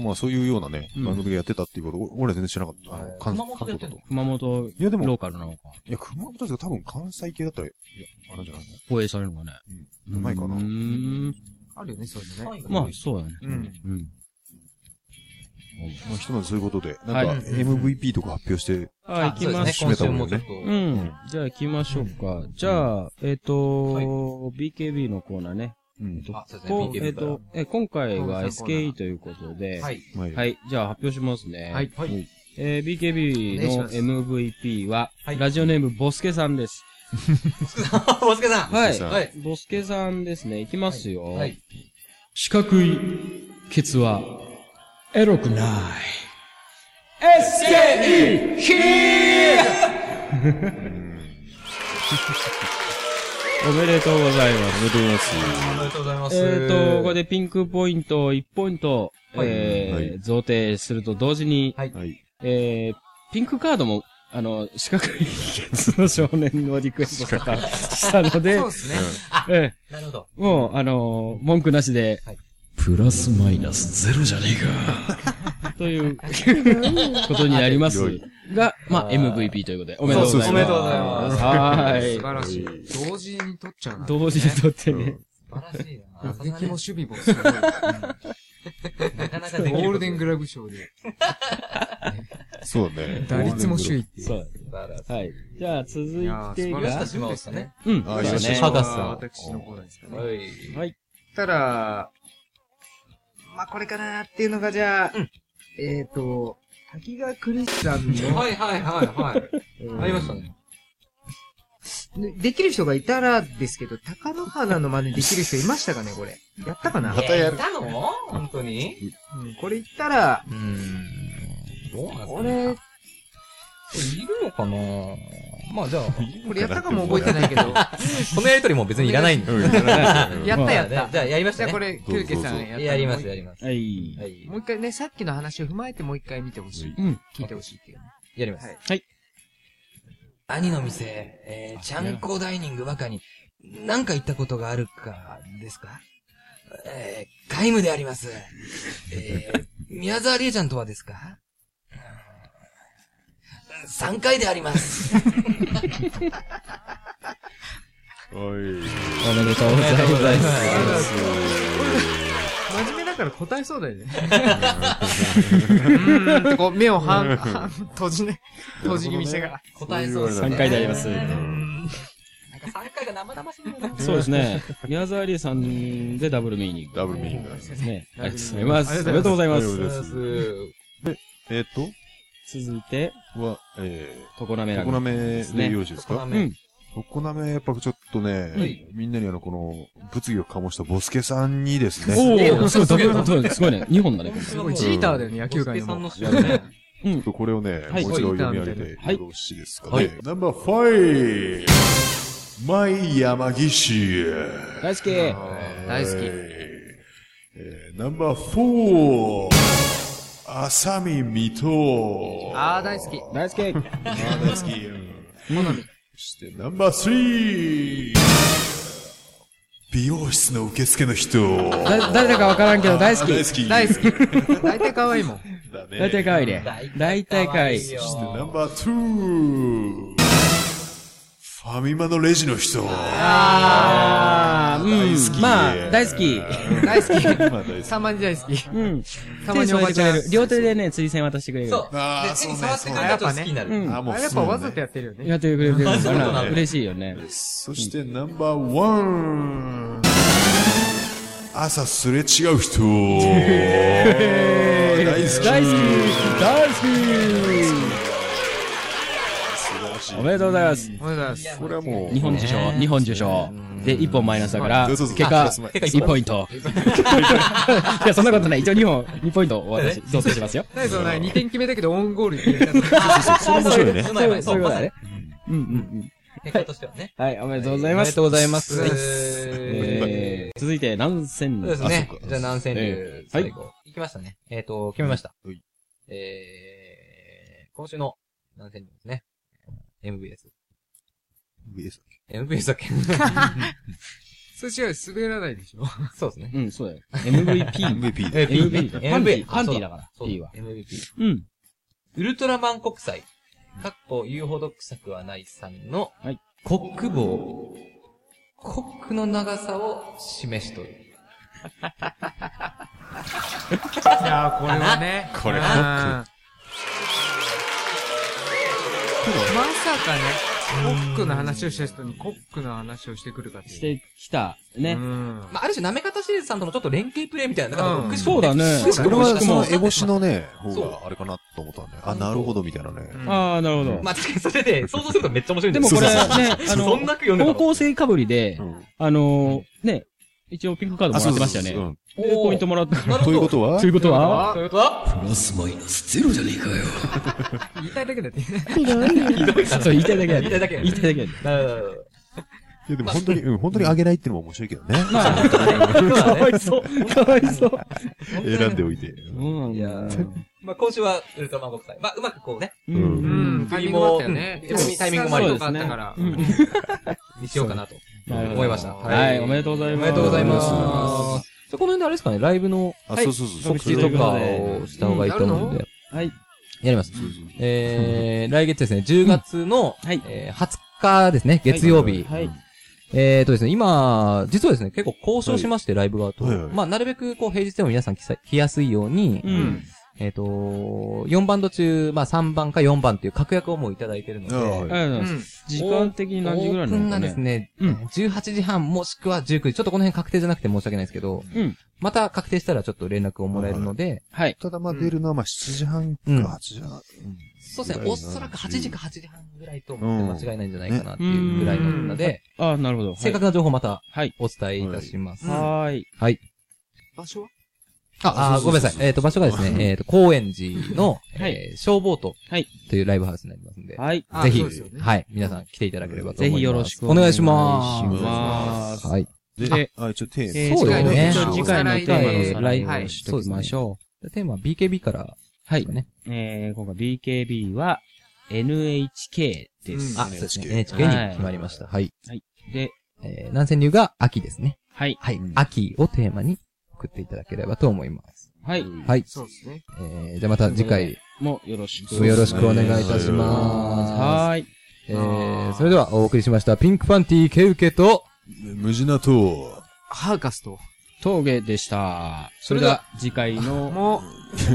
E: まあそういうようなね、
F: うん
E: 番組がやってたっていうこと、お俺は全然知らなかった。あの関
D: 熊本でやってんの
E: 関東だと
F: 熊本、
E: いやでも
F: ローカルなのか。
E: いや、熊本ですけど多分関西系だったら、いや、あれじゃない
F: 放映されるのかね。
E: のうまいかな
F: うー。ん。
G: あるよね、そういうのね。
D: 3位が
F: まあ
D: 多、い
F: そうだね。
E: うん。
F: うん。
E: まあひとまずそういうことで、な
F: は
E: ん
F: い
E: か MVP とか発表して、
F: あ、行きます。
E: 締めたもん
D: そうですね今週もちょ
E: ね
F: う
D: っ
F: ん。じゃあ行きましょうか。じゃあ、えっと、BKB のコーナーね。
E: うん。
D: と、あ、そうですね
F: こ、うえっ
D: BKB から
F: と。、え今回は
G: コーナーコーナ
F: SKE
G: ー
F: ということで、
D: はい。 [LAUGHS]
E: まあいいや
F: はい。じゃあ発表しますね。。
G: はいはい
F: えー BKB
G: お願いしま
F: の
G: す
F: MVP は、
D: はい
F: ラジオネームボスケさんです。
D: ボスケさん
F: はい。
E: さん
D: はい。
F: ボスケさんですね。いきますよ。
D: はい。
F: 四角いケツは、エロくない。SKE ヒー [LAUGHS] おめでとうございます。
E: おめでとうございます。
D: ありがとうございます。
F: えっ、と、これでピンクポイントを1ポイント、
D: はい
F: えー
E: はい
F: 贈呈すると同時に、
D: はい
E: はい。
F: えー、ピンクカードも、あの、四角いケツの少年のリクエストとかしたので
G: そう、ですね。
F: え
D: なるほど。
F: ーもう、あのー文句なしで、
D: はい
F: プラスマイナスゼロじゃねえか。という、ことになります
E: あ良い。
F: が、まあ、
D: あー
F: MVP ということで、おめでとうござい
E: そ
F: ます。。
E: うそうそうおめでと
D: うございます
F: は
G: [LAUGHS] 素
F: ー。。
G: 晴らしい。同時に取っちゃうない
F: 同時にとってね。
D: 素晴らしいな。
G: 打撃も守備も [LAUGHS] すごい。
D: なかなか
G: ゴ
D: できる。
G: ールデン
D: グ
G: グラブ賞で、
E: そうだね。
G: 打率も首位っていう。
F: そうだね。はい。じゃあ、続
G: い
F: い
G: やー
F: て
G: 素晴ら
F: が、
G: しいですね。
F: うん。
E: あー
F: そうだ
E: よろしい
F: ね
E: ハ
D: ガスさん
G: 私のコーナーですかね。
D: はい。
F: はい。
G: たら、まあ、これかなっていうのが、じゃあ、えっ、ー、と、滝川クリスさんの、
D: はいはいはいはい。
G: えー
D: ありましたね。
G: でできる人がいたらですけど、高野花の真似できる人いましたかね、これ。やったかな、
E: またやる
D: いたの本当に
G: うんこれ言ったら、
D: うーん。どうなんですかねい
G: 俺、
D: るのかなまあじゃあ、
G: これやったかも覚えてないけ
D: [LAUGHS]
G: ど、
D: このやりとりも別にいらないんで。
E: うんいらない
F: [LAUGHS]
E: ですようん
G: やったやっ
D: じゃあ
G: た。
D: じゃあやりまし
G: じ
D: た
G: ゃあ
D: ね。
G: これ、キュウケさ
E: どう
G: ん
E: ぞ
G: やった
D: やりますや
G: も
D: ります。
F: はい
D: は。い。
G: う一回ね、さっきの話を踏まえてもう一回見てほしい。
F: うん。
G: 聞いてほしいっていうね。
D: やります。
F: はい。
D: 兄の店、えー、ちゃんこダイニングばかに、何か行ったことがあるか、ですかえー、皆無であります。えー、宮沢りえちゃんとはですか ?3 回であります。
E: おい。
F: おめでとうございます。
G: 真面目だから答えそうだよね。うーんって [LAUGHS] こう、目を半、半閉じね、閉じ気味してから。
D: 答えそうですね。
F: 3回であります
D: うーんなんか3回が生々しいんだよな。
F: そうですね。宮沢りえさんでダブルミーニング。
E: ダブルミーニングです
F: で。すね。ありがとうございます。ありがとうござい
E: あ
F: ま
E: りがとうご
F: す。
E: ざいます。えっと、
F: 続いて、
E: は、え
F: 常滑
E: ー、
F: ラ
E: コ
F: グ
E: ナメでよろしいです
D: 少な
E: か
F: う
D: め
F: ん。
E: おこなめ、やっぱちょっと
D: はい
E: ね、みんなにあの、この、物議を醸したボスケさんにですね、
F: おおすごい、ダブル、ダブル、すごいね。2本だね。
G: すごい、ジーターだよね、野球界のも。
D: 仕事ね。
E: ちょっとこれをね、
F: はい
E: もう一度読み上げてよ
F: はい
E: ろしいですかね。
D: はい
E: ナンバーファイマイ山岸。
F: 大好き。は
G: 大好き
E: はいえーナンバーフォー浅見水戸。
G: あー、大好き。
F: 大好き。
E: あー大好き。そしてナンバースリー美容室の受付の人。
F: だ誰だかわからんけど大好き。
E: 大好き。
G: 大好き。大体可愛いもん。
E: だね
F: 大体かわいいね。大体かわいい。
E: ナンバーツーフファミマのレジの人。
F: あー、うん。まあ、大好き。
G: 大好き。
E: まあ大好き
G: たまに大好き。
F: うん。
G: たまにおばちゃん。
F: 手に添えてくれる両手でね、釣り線渡してくれる。
D: そう。
E: あー
D: で、手に触ってく
E: そう
D: れ
E: ね
D: たと好きになる。
F: うん。
E: あ、もう
G: あ、やっぱわざとやってるよね。
F: やってくれる。
D: あそうなん
F: あ
D: だ
F: ら、嬉しいよね。
E: そしてナンバーワン朝すれ違う人大好き
F: 大好き大好きおめでとうございます。
G: おめでとうございます。
E: これはもう
F: 日本受賞、日本受賞。で、1本マイナスだから、
E: そうそうそ
F: 結
E: う
F: 果、
E: そうそう
F: 1ポイント。いや、そんなことない。一応2本、2ポイントを私、贈呈しますよ。
G: 何その何2点決めたけどオウンゴール決めた [LAUGHS] の
E: それ面白いね
D: うまい、うまい。
F: そ
D: そ、
F: ういううこ
D: まさ
F: とだ
D: に
F: ね。。うんうん
D: 結果としてはね。
F: うん。はい、おめでとうございま
D: お
F: す。
D: めでとうございます。
G: はい
F: えー続いて、南千
D: そうですね。じゃあ、南千
F: え
D: 流
F: え、
D: 最後。行きましたね。えっと、決めました
E: うんはい。
D: えー、今週の南千流ですね。MVS。
E: MVS
D: MVS だ
F: [LAUGHS]
D: っけ
G: それ違う、滑らないでしょ。
D: そうですね。
F: うん、そうだよ。MVP。
E: MVP で
F: MVP だ。パンディ、
D: MVP
F: パンディだから。
D: そう
F: P は。
D: MVP。
F: うん。
D: ウルトラマン国際、かっこ言うほど臭くはないさんの、
F: はい
D: コック帽。コックの長さを示しとる。
G: いやー、これはね。
E: これ
G: うん
E: コッ
G: まさかね、コックの話をした人にコックの話をしてくるかっていう。
F: してきた。
G: う
F: ね。
G: ん。
D: まあ、ある種、なめ方シリーズさんとのちょっと連携プレイみたいな。だ
G: うん
D: くしく
F: そうだね
D: くしく
E: これ
D: も
E: は
D: くしく
E: そ
D: も
E: のエボシのね方
D: そう
E: があれかなと思ったんだよあなるほどみたいなね
F: あー、なるほど。
D: まあ、確かにそれで、想像するとめっちゃ面白いん
F: で
D: だ
F: も
D: け
F: こ
D: ど
F: れね
D: そうそう、
F: あ
D: そん
F: の、
D: な句読んでた
F: 高
D: の
F: 校生かぶりで
E: う、ん
F: あのー、ね、一応ピンクカードもらってましたよ
E: う
F: ね。
E: ん
F: でポイントもらったから。
E: ということ
F: [LAUGHS]
E: は
F: ということは
G: あ
D: ということは [LAUGHS]
G: 言いたいだけだって。
B: ひどいよ。
D: ひどいか
F: そ
D: ら
F: う、言いたいだけだ
D: 言いたいだけだね
F: 言いたいだけだ
D: なるほどなるほど
E: いやでも本当にうん本当にあげないってのも面白いけどね
F: かわいそう。かわいそう。
E: 選んでおいて
F: うん。いや
D: まあ、今週は、ウルトラマン国際。まあ、うまくこうね、
F: う。
G: うんん、タイミングもあったよね。
D: でもタイミングもあり
G: そうですね。から。
F: うん
D: にしようかなと。
F: なるほど
D: 思いましたはい
F: はい、おめでとうござい
D: お
F: ま
D: め
F: す。
D: でとうございます。
E: ありがとう
D: じゃあこの辺であれですかね、ライブの
E: あそうそうそう
F: 告
E: そ
F: 知
E: れ
F: と
E: で
F: か
D: をした方がいいと思うん
G: うんやる
D: で。
F: はい。
D: やります。えー、来月ですね、10月の、
F: はい
D: えー20日ですね、月曜日。
F: はい。
D: えーとですね、今、実はですね、結構交渉しまして、ライブ側と。
E: はいはい
D: まあ、なるべく、こう、平日でも皆さん来さ来やすいように、
F: うん。
D: えっ、と4バンド中、まあ、3番か4番っていう確約をもういただいてるので、
E: はい
F: ありがとうございます。
G: ん。
F: 時間的に何時ぐら
D: オ
F: いな
D: ープン
F: のか
D: がです
F: ね。
D: ね、
F: うん
D: 18時半もしくは19時。ちょっとこの辺確定じゃなくて申し訳ないですけど、
F: うん。
D: また確定したらちょっと連絡をもらえるので、
F: はい。
E: ただまあ出るのはまあ7時半か
D: うん
E: 8時半
D: そうですね、おそらく8時か8時半ぐらいと思って間違いないんじゃないかなって
F: う
D: い
F: ん
D: うぐらいなので、
F: あー、なるほど。
D: 正確な情報また
F: はい。
D: お伝えいたします。
F: はーい。
D: はい。
G: 場所は
D: あ、あ
E: そ
D: ご
E: うそうそう
D: めんなさい。えっ、と、場所がですね、えっ、と、高円寺の、
F: はい
D: えー、消防と、
F: はい
D: というライブハウスになりますんで、
F: はい。
G: あ
D: ぜひ、
G: そうですよね
D: はい、皆さん来ていただければと思い
F: ぜ
D: ます。
F: ひよろしく
D: お願いしま。
F: ますす
D: はい。
F: で
E: で、あ、一応テーマ。
D: そうだよね
F: 一応次回のテーマのおさらい
G: はい
F: をしときましょ
D: テーマは BKB から、
F: う。はい
D: そう。ね。
F: えー、今回 BKB は NHK です。
D: あ、そうですね。NHK に決まりました。はい。
F: で、
D: えー、南千流が秋ですね。
F: はい。
D: はい。秋をテーマに送っていただければと思います。
F: はい。
D: はい。
G: そうですね。
D: えー、じゃあまた次回、
F: もよろしく。
D: よろしくお願いいたします。
F: はーい。
D: えー、それではお送りしました、ピンクパンティーケウケと、
E: 無事なと、
G: ハーカスと、
F: 峠でした。それでは、次回の、
G: もう、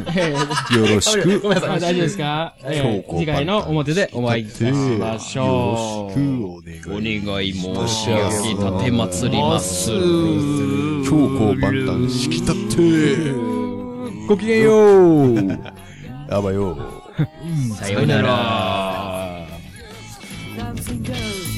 F: [LAUGHS] えー
E: よろしく。
D: ごめんな
F: あ
D: さい。
F: 大丈夫ですか、えー次回の表でお会いいたしましょう。
E: よろしくお願い。
F: い申
E: し上げ
F: 立てまつります。
E: 強行万端、しきたって。
D: ごきげん
E: [LAUGHS]
D: よう。
E: あばよ。
F: さようなら。
C: Comes and goes.